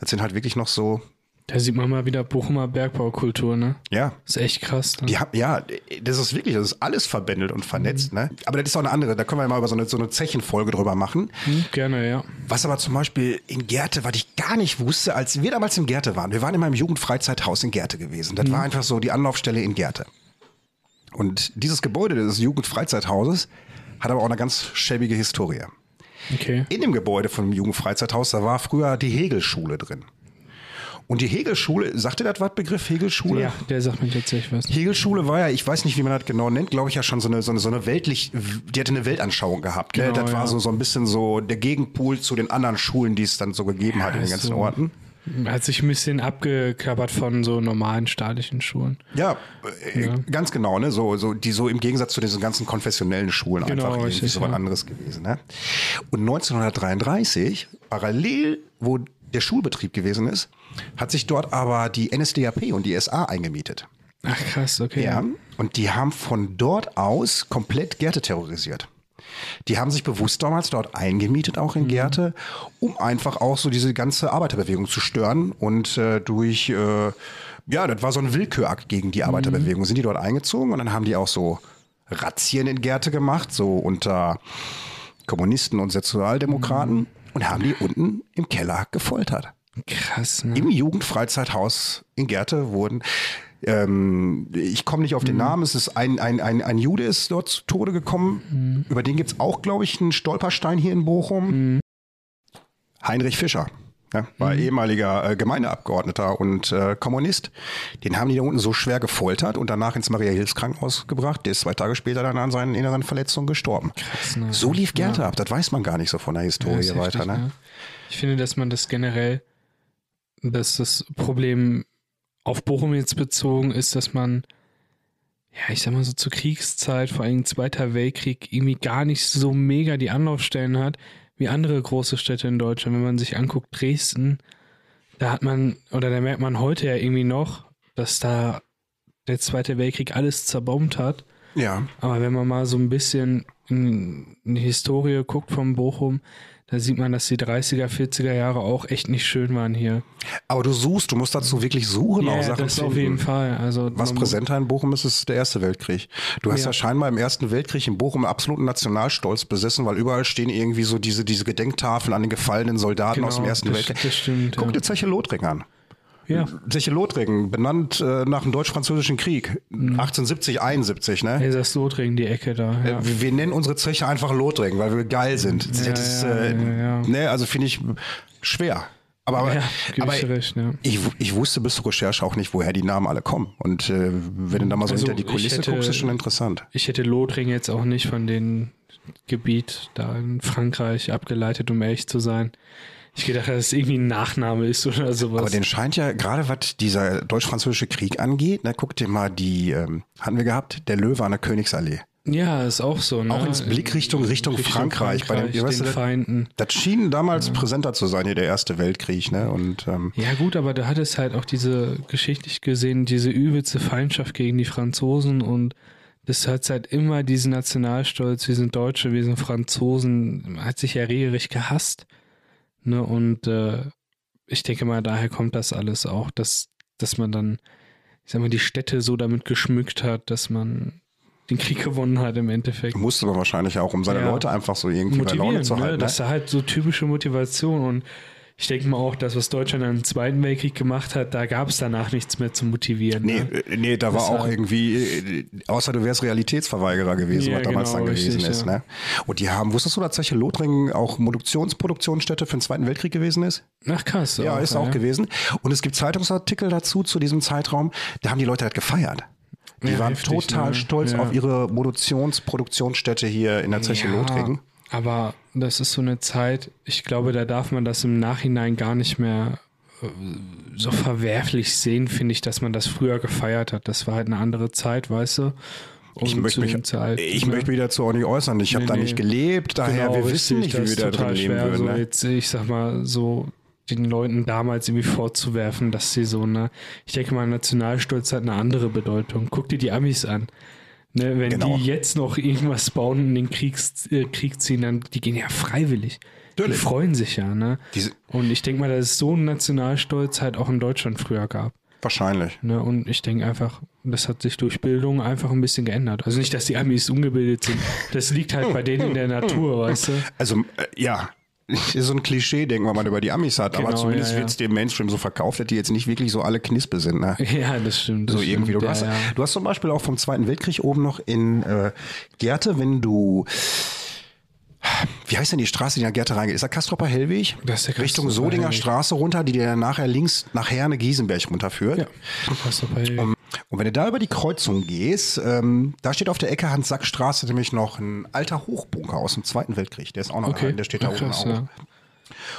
Speaker 2: Das sind halt wirklich noch so,
Speaker 3: Da sieht man mal wieder Bochumer Bergbaukultur, ne?
Speaker 2: ja,
Speaker 3: Ist echt krass. Ne?
Speaker 2: Die haben, ja, das ist wirklich, das ist alles verbändelt und vernetzt, ne? Aber das ist auch eine andere, da können wir mal über so eine, so eine Zechenfolge drüber machen.
Speaker 3: Hm, Gerne, ja.
Speaker 2: Was aber zum Beispiel in Gerte, was ich gar nicht wusste, als wir damals in Gerte waren, wir waren in meinem Jugendfreizeithaus in Gerte gewesen. Das war einfach so die Anlaufstelle in Gerte. Und dieses Gebäude des Jugendfreizeithauses hat aber auch eine ganz schäbige Historie.
Speaker 3: Okay.
Speaker 2: In dem Gebäude von dem Jugendfreizeithaus, da war früher die Hegelschule drin. Und die Hegelschule, sagt ihr das was, Begriff Hegelschule?
Speaker 3: Ja, der sagt mir tatsächlich was.
Speaker 2: Hegelschule war ja, ich weiß nicht, wie man das genau nennt, glaube ich ja schon so eine, so eine, so eine weltlich, die hatte eine Weltanschauung gehabt. Ne?
Speaker 3: Genau,
Speaker 2: das
Speaker 3: ja.
Speaker 2: war so, so ein bisschen so der Gegenpol zu den anderen Schulen, die es dann so gegeben hat in den ganzen
Speaker 3: so.
Speaker 2: Orten.
Speaker 3: Hat sich ein bisschen abgekabbert von so normalen staatlichen Schulen.
Speaker 2: Ja, äh, ganz genau, ne? So, so, die so im Gegensatz zu diesen ganzen konfessionellen Schulen
Speaker 3: Genau,
Speaker 2: einfach irgendwie
Speaker 3: richtig,
Speaker 2: so was
Speaker 3: ja.
Speaker 2: anderes gewesen. Ne? Und 1933, parallel, wo der Schulbetrieb gewesen ist, hat sich dort aber die NSDAP und die SA eingemietet.
Speaker 3: Ach krass, okay.
Speaker 2: Ja, und die haben von dort aus komplett Gerte terrorisiert. Die haben sich bewusst damals dort eingemietet, auch in Gerte, um einfach auch so diese ganze Arbeiterbewegung zu stören. Und äh, durch, äh, ja, das war so ein Willkürakt gegen die Arbeiterbewegung. Sind die dort eingezogen und dann haben die auch so Razzien in Gerte gemacht, so unter Kommunisten und Sozialdemokraten. Und haben die unten im Keller gefoltert.
Speaker 3: Krass, ne?
Speaker 2: Im Jugendfreizeithaus in Gerte wurden, ähm, ich komme nicht auf
Speaker 3: Mhm.
Speaker 2: den Namen, es ist ein, ein, ein, ein Jude ist dort zu Tode
Speaker 3: Mhm.
Speaker 2: gekommen. Über den gibt's auch, glaube ich, einen Stolperstein hier in Bochum. Heinrich Fischer. Ja,
Speaker 3: Mhm.
Speaker 2: war ehemaliger äh, Gemeindeabgeordneter und äh, Kommunist. Den haben die da unten so schwer gefoltert und danach ins Maria-Hilfs-Krankenhaus gebracht. Der ist zwei Tage später dann an seinen inneren Verletzungen gestorben.
Speaker 3: ne?
Speaker 2: So lief Gerte ab. Das weiß man gar nicht so von der
Speaker 3: Ja,
Speaker 2: Historie
Speaker 3: ist heftig,
Speaker 2: weiter. ne?
Speaker 3: ne? Ich finde, dass man das generell, dass das Problem auf Bochum jetzt bezogen ist, dass man, ja, ich sag mal so zur Kriegszeit, vor allem Zweiter Weltkrieg, irgendwie gar nicht so mega die Anlaufstellen hat, wie andere große Städte in Deutschland. Wenn man sich anguckt, Dresden, da hat man, oder da merkt man heute ja irgendwie noch, dass da der Zweite Weltkrieg alles zerbombt hat.
Speaker 2: Ja.
Speaker 3: Aber wenn man mal so ein bisschen in die Historie guckt vom Bochum, da sieht man, dass die 30er, 40er Jahre auch echt nicht schön waren hier.
Speaker 2: Aber du suchst, du musst dazu wirklich suchen,
Speaker 3: Ja,
Speaker 2: auch Genau, Sachen
Speaker 3: das auf
Speaker 2: finden.
Speaker 3: jeden Fall. Also
Speaker 2: Was
Speaker 3: man-
Speaker 2: präsenter in Bochum ist, ist der Erste Weltkrieg. Du hast ja,
Speaker 3: Ja.
Speaker 2: scheinbar im Ersten Weltkrieg in Bochum einen absoluten Nationalstolz besessen, weil überall stehen irgendwie so diese, diese Gedenktafeln an den gefallenen Soldaten
Speaker 3: Genau,
Speaker 2: aus dem Ersten
Speaker 3: das-
Speaker 2: Weltkrieg.
Speaker 3: das stimmt,
Speaker 2: Guck
Speaker 3: ja.
Speaker 2: dir Zeche Lothringen an.
Speaker 3: Ja,
Speaker 2: Zeche Lothringen, benannt äh, nach dem Deutsch-Französischen Krieg, 1870, 71, ne? Äh,
Speaker 3: Elsass-Lothringen, die Ecke da. Mhm. Ja.
Speaker 2: Wir, wir nennen unsere Zeche einfach Lothringen, weil wir geil sind. Das
Speaker 3: Ja,
Speaker 2: ist,
Speaker 3: ja,
Speaker 2: äh,
Speaker 3: ja, ja.
Speaker 2: Ne, also finde ich schwer. Aber, aber,
Speaker 3: Ja, gebe
Speaker 2: aber
Speaker 3: ich dir recht, ja.
Speaker 2: ich, wu- ich wusste bis zur Recherche auch nicht, woher die Namen alle kommen. Und äh, wenn du da mal so
Speaker 3: Also,
Speaker 2: hinter die
Speaker 3: ich
Speaker 2: Kulisse
Speaker 3: hätte-
Speaker 2: guckst, ist schon interessant.
Speaker 3: Ich hätte Lothringen jetzt auch nicht von dem Gebiet da in Frankreich abgeleitet, um ehrlich zu sein. Ich gedacht, dass es irgendwie ein Nachname ist oder sowas.
Speaker 2: Aber den scheint ja, gerade was dieser deutsch-französische Krieg angeht, ne, guck dir mal die, ähm, hatten wir gehabt, der Löwe an der Königsallee.
Speaker 3: ja, ist auch so. Ne?
Speaker 2: Auch ins Blickrichtung Richtung Frankreich, bei dem-
Speaker 3: Frankreich,
Speaker 2: ihr wisst
Speaker 3: den
Speaker 2: ja-
Speaker 3: Feinden.
Speaker 2: Das schien damals präsenter zu sein, hier der Erste Weltkrieg. Ne? Und ähm,
Speaker 3: Ja gut, aber da hat es halt auch diese geschichtlich gesehen, diese übelste Feindschaft gegen die Franzosen und das hat halt immer diesen Nationalstolz, wir sind Deutsche, wir sind Franzosen, hat sich ja regelrecht gehasst. Ne? Und äh, ich denke mal, daher kommt das alles auch, dass, dass man dann ich sag mal, die Städte so damit geschmückt hat, dass man den Krieg gewonnen hat im Endeffekt.
Speaker 2: Musste man wahrscheinlich auch, um seine
Speaker 3: Ja.
Speaker 2: Leute einfach so irgendwie bei
Speaker 3: Motivieren,
Speaker 2: Laune zu halten.
Speaker 3: ne? Das
Speaker 2: ne?
Speaker 3: ist halt so typische Motivation und ich denke mal auch, das, was Deutschland im Zweiten Weltkrieg gemacht hat, da gab es danach nichts mehr zu motivieren.
Speaker 2: Nee,
Speaker 3: ne?
Speaker 2: äh, nee, da war
Speaker 3: Deshalb-
Speaker 2: auch irgendwie, äh, außer du wärst Realitätsverweigerer gewesen,
Speaker 3: Ja,
Speaker 2: was damals
Speaker 3: genau,
Speaker 2: dann gewesen
Speaker 3: richtig,
Speaker 2: ist.
Speaker 3: ja.
Speaker 2: Ne? Und die haben, wusstest du, dass solche Lothringen auch Produktionsproduktionsstätte für den Zweiten Weltkrieg gewesen ist?
Speaker 3: Ach krass.
Speaker 2: Ja, ist auch
Speaker 3: ja.
Speaker 2: gewesen. Und es gibt Zeitungsartikel dazu, zu diesem Zeitraum. Da haben die Leute halt gefeiert. Die
Speaker 3: Ja,
Speaker 2: waren
Speaker 3: heftig,
Speaker 2: total
Speaker 3: ne?
Speaker 2: stolz
Speaker 3: Ja.
Speaker 2: auf ihre Produktionsproduktionsstätte hier in der Zeche Lothringen.
Speaker 3: Aber das ist so eine Zeit, ich glaube, da darf man das im Nachhinein gar nicht mehr äh, so verwerflich sehen, finde ich, dass man das früher gefeiert hat. Das war halt eine andere Zeit, weißt du? Und
Speaker 2: Ich, möchte
Speaker 3: zu
Speaker 2: mich,
Speaker 3: dem Zeit-
Speaker 2: ich
Speaker 3: ne?
Speaker 2: möchte mich dazu auch nicht äußern. Ich habe
Speaker 3: Nee,
Speaker 2: da
Speaker 3: nee.
Speaker 2: nicht gelebt, daher Ah
Speaker 3: Genau,
Speaker 2: wir
Speaker 3: richtig,
Speaker 2: wissen nicht,
Speaker 3: das
Speaker 2: wie wir
Speaker 3: ist
Speaker 2: da
Speaker 3: total
Speaker 2: drin leben
Speaker 3: schwer,
Speaker 2: würden.
Speaker 3: So
Speaker 2: Ne?
Speaker 3: jetzt, ich sag mal, so den Leuten damals irgendwie vorzuwerfen, dass sie so eine, ich denke mal, Nationalstolz hat eine andere Bedeutung. Guck dir die Amis an. Ne, wenn
Speaker 2: Genau.
Speaker 3: die jetzt noch irgendwas bauen und in den Krieg, äh, Krieg ziehen, dann die gehen ja freiwillig.
Speaker 2: Natürlich.
Speaker 3: Die freuen sich ja, ne?
Speaker 2: Diese-
Speaker 3: und ich denke mal, dass es so einen Nationalstolz halt auch in Deutschland früher gab.
Speaker 2: Wahrscheinlich.
Speaker 3: Ne? Und ich denke einfach, das hat sich durch Bildung einfach ein bisschen geändert. Also nicht, dass die Amis ungebildet sind. Das liegt halt bei denen in der Natur, weißt du?
Speaker 2: Also, äh, ja. Ist so ein Klischee-Denken, wenn man über die Amis hat, aber
Speaker 3: Genau,
Speaker 2: zumindest
Speaker 3: ja, ja.
Speaker 2: wird es dem Mainstream so verkauft, dass die jetzt nicht wirklich so alle Knispe sind. Ne?
Speaker 3: Ja, das stimmt. Das
Speaker 2: So irgendwie. Du,
Speaker 3: stimmt,
Speaker 2: hast,
Speaker 3: ja, ja.
Speaker 2: du hast zum Beispiel auch vom Zweiten Weltkrieg oben noch in äh, Gerte, wenn du. Wie heißt denn die Straße, die nach Gerte reingeht? Ist da Kastropper Hellweg?
Speaker 3: Das ist der
Speaker 2: Richtung
Speaker 3: Kastropper
Speaker 2: Sodinger
Speaker 3: Hellweg.
Speaker 2: Straße runter, die dir dann nachher links nach Herne-Giesenberg runterführt.
Speaker 3: Ja, du hast doch bei-
Speaker 2: Und wenn du da über die Kreuzung gehst, ähm, da steht auf der Ecke Hans-Sack-Straße nämlich noch ein alter Hochbunker aus dem Zweiten Weltkrieg. Der ist auch noch
Speaker 3: okay.
Speaker 2: da, der steht da
Speaker 3: Ja, krass,
Speaker 2: oben auch.
Speaker 3: ja.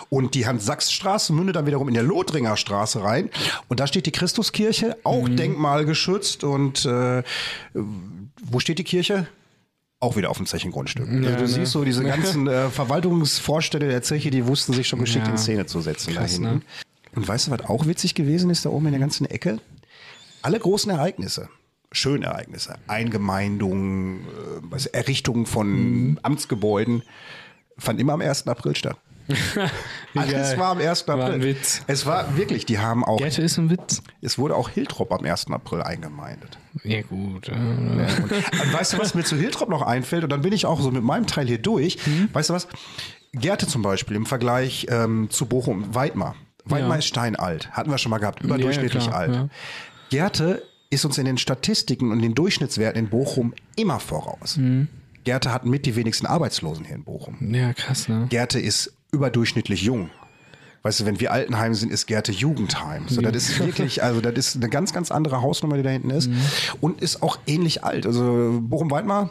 Speaker 2: Und die Hans-Sachs-Straße mündet dann wiederum in der Lothringer Straße rein. Und da steht die Christuskirche, auch
Speaker 3: Mhm.
Speaker 2: denkmalgeschützt. Und äh, wo steht die Kirche? Auch wieder auf dem Zechengrundstück. also du
Speaker 3: ne.
Speaker 2: siehst so, diese ganzen äh, Verwaltungsvorstände der Zeche, die wussten sich schon geschickt
Speaker 3: Ja.
Speaker 2: in Szene zu setzen
Speaker 3: Krass,
Speaker 2: da hinten.
Speaker 3: ne?
Speaker 2: Und weißt du, was auch witzig gewesen ist, da oben in der ganzen Ecke? Alle großen Ereignisse, schöne Ereignisse, Eingemeindungen, äh, was- Errichtungen von
Speaker 3: Mhm.
Speaker 2: Amtsgebäuden, fand immer am 1. April statt.
Speaker 3: Wie
Speaker 2: Alles
Speaker 3: geil.
Speaker 2: war am 1. April.
Speaker 3: War ein Witz.
Speaker 2: Es war wirklich, die haben auch,
Speaker 3: Gerte ist ein Witz.
Speaker 2: es wurde auch Hiltrop am 1. April eingemeindet.
Speaker 3: Ja, gut. äh,
Speaker 2: Und, und weißt du, was mir zu Hiltrop noch einfällt? Und dann bin ich auch so mit meinem Teil hier durch.
Speaker 3: Hm?
Speaker 2: Weißt du was? Gerte zum Beispiel im Vergleich ähm, zu Bochum, Weidmar. Weidmar
Speaker 3: Ja.
Speaker 2: ist steinalt. Hatten wir schon mal gehabt. Überdurchschnittlich
Speaker 3: Ja, ja,
Speaker 2: alt.
Speaker 3: klar, ja.
Speaker 2: Gerte ist uns in den Statistiken und den Durchschnittswerten in Bochum immer voraus.
Speaker 3: Hm.
Speaker 2: Gerte hat mit die wenigsten Arbeitslosen hier in Bochum.
Speaker 3: Ja, krass, ne?
Speaker 2: Gerte ist überdurchschnittlich jung. Weißt du, wenn wir Altenheim sind, ist Gerte Jugendheim. So, das ist wirklich, also das ist eine ganz, ganz andere Hausnummer, die da hinten
Speaker 3: Mhm.
Speaker 2: ist. Und ist auch ähnlich alt. Also Bochum-Weidmar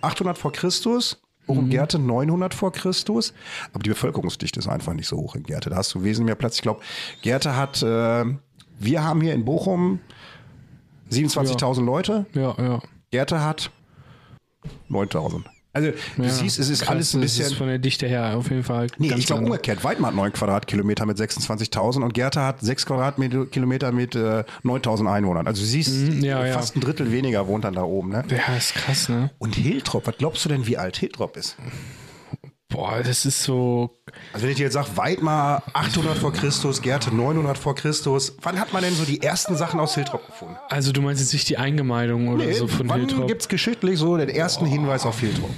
Speaker 2: 800 vor Christus, Bochum-Gerte
Speaker 3: Mhm.
Speaker 2: 900 vor Christus. Aber die Bevölkerungsdichte ist einfach nicht so hoch in Gerte. Da hast du wesentlich mehr Platz. Ich glaube, Gerte hat, äh, wir haben hier in Bochum 27.000 Leute.
Speaker 3: Ja, ja.
Speaker 2: Gerte hat 9.000. Also du
Speaker 3: ja.
Speaker 2: siehst, es ist
Speaker 3: Krass,
Speaker 2: alles ein
Speaker 3: das
Speaker 2: bisschen...
Speaker 3: Ist von der Dichte her auf jeden Fall.
Speaker 2: Nee,
Speaker 3: ganz
Speaker 2: ich glaube
Speaker 3: anders.
Speaker 2: umgekehrt. Weidmar hat 9 Quadratkilometer mit 26.000 und Gerta hat 6 Quadratkilometer mit äh, 9.000 Einwohnern. Also du siehst,
Speaker 3: ja, ja.
Speaker 2: fast ein Drittel weniger wohnt dann da oben. Ne?
Speaker 3: Ja, ist krass, ne?
Speaker 2: Und Hiltrop, was glaubst du denn, wie alt Hiltrop ist?
Speaker 3: Boah, das ist so.
Speaker 2: Also wenn ich dir jetzt sage, Weidmar 800 vor Christus, Gerte 900 vor Christus, wann hat man denn so die ersten Sachen aus Hiltrop gefunden?
Speaker 3: Also, du meinst jetzt nicht die Eingemeindung oder
Speaker 2: Also
Speaker 3: so von
Speaker 2: wann
Speaker 3: Hiltrop?
Speaker 2: gibt es geschichtlich so den ersten Hinweis auf Hiltrop?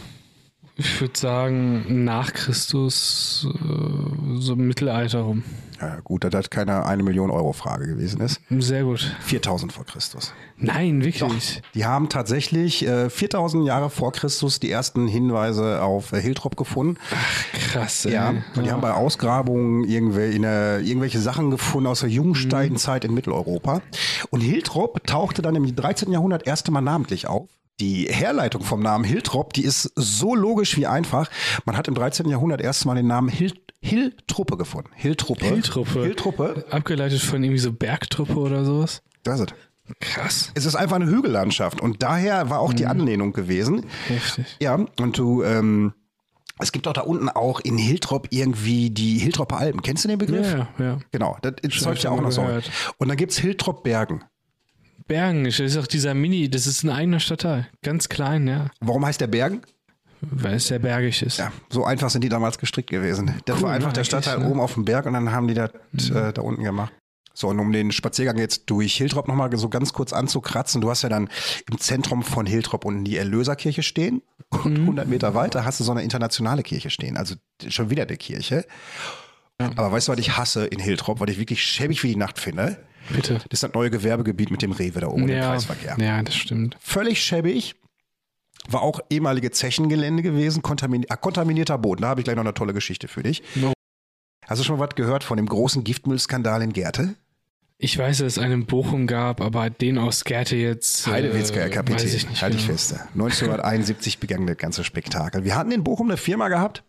Speaker 3: Ich würde sagen, nach Christus, äh, so im Mittelalter rum.
Speaker 2: Ja, gut, da das keine 1 Million Euro Frage gewesen ist.
Speaker 3: Sehr gut.
Speaker 2: 4000 vor Christus.
Speaker 3: Nein, wirklich.
Speaker 2: Die haben tatsächlich äh, 4000 Jahre vor Christus die ersten Hinweise auf äh, Hiltrop gefunden.
Speaker 3: Krass, ey.
Speaker 2: Ja, und die haben bei Ausgrabungen irgendwel in, äh, irgendwelche Sachen gefunden aus der Jungsteinzeit in Mitteleuropa. Und Hiltrop tauchte dann im 13. Jahrhundert erste Mal namentlich auf. Die Herleitung vom Namen Hiltrop, die ist so logisch wie einfach. Man hat im 13. Jahrhundert erstmal den Namen Hil Hiltruppe gefunden. Hiltruppe.
Speaker 3: Hiltruppe.
Speaker 2: Hiltruppe.
Speaker 3: Abgeleitet von irgendwie so Bergtruppe oder sowas.
Speaker 2: Das ist es.
Speaker 3: Krass.
Speaker 2: Es ist einfach eine Hügellandschaft und daher war auch die Anlehnung gewesen.
Speaker 3: Heftig.
Speaker 2: Ja, und du, ähm, es gibt doch da unten auch in Hiltrop irgendwie die Hiltropper Alpen. Kennst du den
Speaker 3: Ja,
Speaker 2: Begriff?
Speaker 3: ja, ja.
Speaker 2: Genau, das zeugt ja
Speaker 3: schon
Speaker 2: auch
Speaker 3: mal
Speaker 2: noch so.
Speaker 3: gehört.
Speaker 2: Und dann gibt's Hiltrop Bergen.
Speaker 3: Bergen, das ist auch dieser Mini, das ist ein eigener Stadtteil. Ganz klein, ja.
Speaker 2: Warum heißt der Bergen?
Speaker 3: Weil es sehr bergig ist.
Speaker 2: Ja, so einfach sind die damals gestrickt gewesen. Das
Speaker 3: Cool,
Speaker 2: war einfach
Speaker 3: ne,
Speaker 2: der
Speaker 3: eigentlich,
Speaker 2: Stadtteil
Speaker 3: ne?
Speaker 2: oben auf dem Berg und dann haben die das äh, da unten gemacht. So, und um den Spaziergang jetzt durch Hiltrop nochmal so ganz kurz anzukratzen, du hast ja dann im Zentrum von Hiltrop unten die Erlöserkirche stehen und
Speaker 3: Mhm.
Speaker 2: 100 Meter weiter hast du so eine internationale Kirche stehen, also schon wieder eine Kirche. Aber weißt du, was ich hasse in Hiltrop, was ich wirklich schäbig wie die Nacht finde?
Speaker 3: Bitte.
Speaker 2: Das ist das neue Gewerbegebiet mit dem Rewe da oben, im
Speaker 3: ja,
Speaker 2: Kreisverkehr.
Speaker 3: ja, das stimmt.
Speaker 2: Völlig schäbig. War auch ehemalige Zechengelände gewesen, kontamin ah, kontaminierter Boden. Da habe ich gleich noch eine tolle Geschichte für dich.
Speaker 3: No.
Speaker 2: Hast du schon mal was gehört von dem großen Giftmüllskandal in Gerte?
Speaker 3: Ich weiß, dass es einen in Bochum gab, aber den aus Gerte jetzt.
Speaker 2: Heidewitzka, Herr
Speaker 3: äh,
Speaker 2: Kapitän.
Speaker 3: Weiß ich nicht.
Speaker 2: Halte ich
Speaker 3: genau.
Speaker 2: fest. 1971 begann das ganze Spektakel. Wir hatten in Bochum eine Firma gehabt,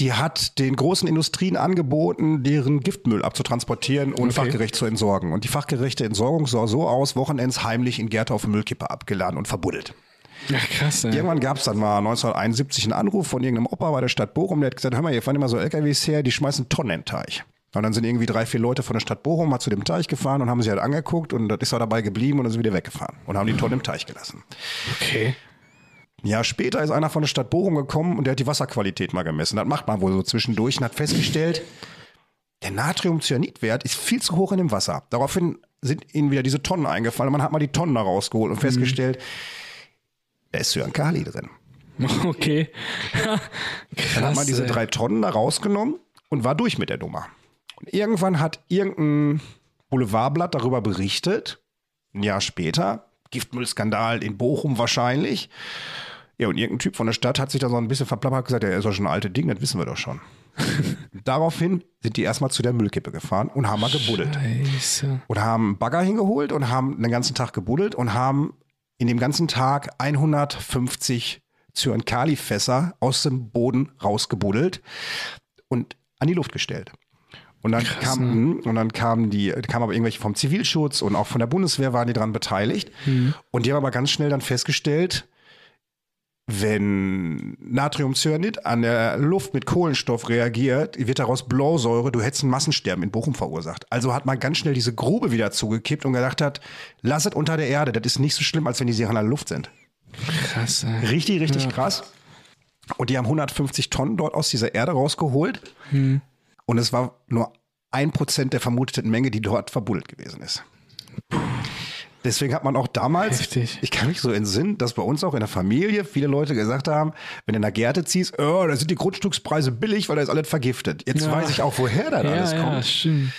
Speaker 2: die hat den großen Industrien angeboten, deren Giftmüll abzutransportieren und
Speaker 3: Okay.
Speaker 2: fachgerecht zu entsorgen. Und die fachgerechte Entsorgung sah so aus, wochenends heimlich in Gerte auf dem Müllkipper abgeladen und verbuddelt.
Speaker 3: Ach, krass, ey.
Speaker 2: Irgendwann gab es dann mal 1971 einen Anruf von irgendeinem Opa bei der Stadt Bochum, der hat gesagt, hör mal, hier fahren immer so LKWs her, die schmeißen Tonnen in den Teich. Und dann sind irgendwie drei, vier Leute von der Stadt Bochum mal zu dem Teich gefahren und haben sie halt angeguckt und das ist auch dabei geblieben und dann sind wieder weggefahren und haben die Tonnen im Teich gelassen.
Speaker 3: Okay.
Speaker 2: Ein Jahr später ist einer von der Stadt Bochum gekommen und der hat die Wasserqualität mal gemessen. Das macht man wohl so zwischendurch und hat festgestellt, der Natriumcyanidwert ist viel zu hoch in dem Wasser. Daraufhin sind ihnen wieder diese Tonnen eingefallen und man hat mal die Tonnen da rausgeholt und festgestellt, da ist Cyankali drin.
Speaker 3: Okay.
Speaker 2: Dann hat
Speaker 3: krass.
Speaker 2: man diese
Speaker 3: ey.
Speaker 2: drei Tonnen da rausgenommen und war durch mit der Nummer. Und irgendwann hat irgendein Boulevardblatt darüber berichtet, ein Jahr später, Giftmüllskandal in Bochum wahrscheinlich. Ja, und irgendein Typ von der Stadt hat sich da so ein bisschen verplappert und gesagt, ja, ist doch schon ein altes Ding, das wissen wir doch schon. Daraufhin sind die erstmal zu der Müllkippe gefahren und haben mal gebuddelt.
Speaker 3: Scheiße.
Speaker 2: Und haben einen Bagger hingeholt und haben den ganzen Tag gebuddelt und haben in dem ganzen Tag 150 Zyankali-Fässer aus dem Boden rausgebuddelt und an die Luft gestellt. Und dann kam, mh, und dann kamen die, kamen aber irgendwelche vom Zivilschutz und auch von der Bundeswehr waren die daran beteiligt. Und die haben aber ganz schnell dann festgestellt, wenn Natriumcyanid an der Luft mit Kohlenstoff reagiert, wird daraus Blausäure, du hättest ein Massensterben in Bochum verursacht. Also hat man ganz schnell diese Grube wieder zugekippt und gedacht hat, lasst es unter der Erde, das ist nicht so schlimm, als wenn die Sachen an der Luft sind.
Speaker 3: Krass, ey.
Speaker 2: Richtig, richtig krass. Und die haben 150 Tonnen dort aus dieser Erde rausgeholt.
Speaker 3: Hm.
Speaker 2: Und es war nur ein Prozent der vermuteten Menge, die dort verbuddelt gewesen ist. Deswegen hat man auch damals,
Speaker 3: Heftig.
Speaker 2: ich kann mich so entsinnen, dass bei uns auch in der Familie viele Leute gesagt haben, wenn du in der Gärte ziehst, oh, da sind die Grundstückspreise billig, weil da ist alles vergiftet. Jetzt
Speaker 3: Ja.
Speaker 2: weiß ich auch, woher das alles
Speaker 3: ja, ja,
Speaker 2: kommt.
Speaker 3: stimmt.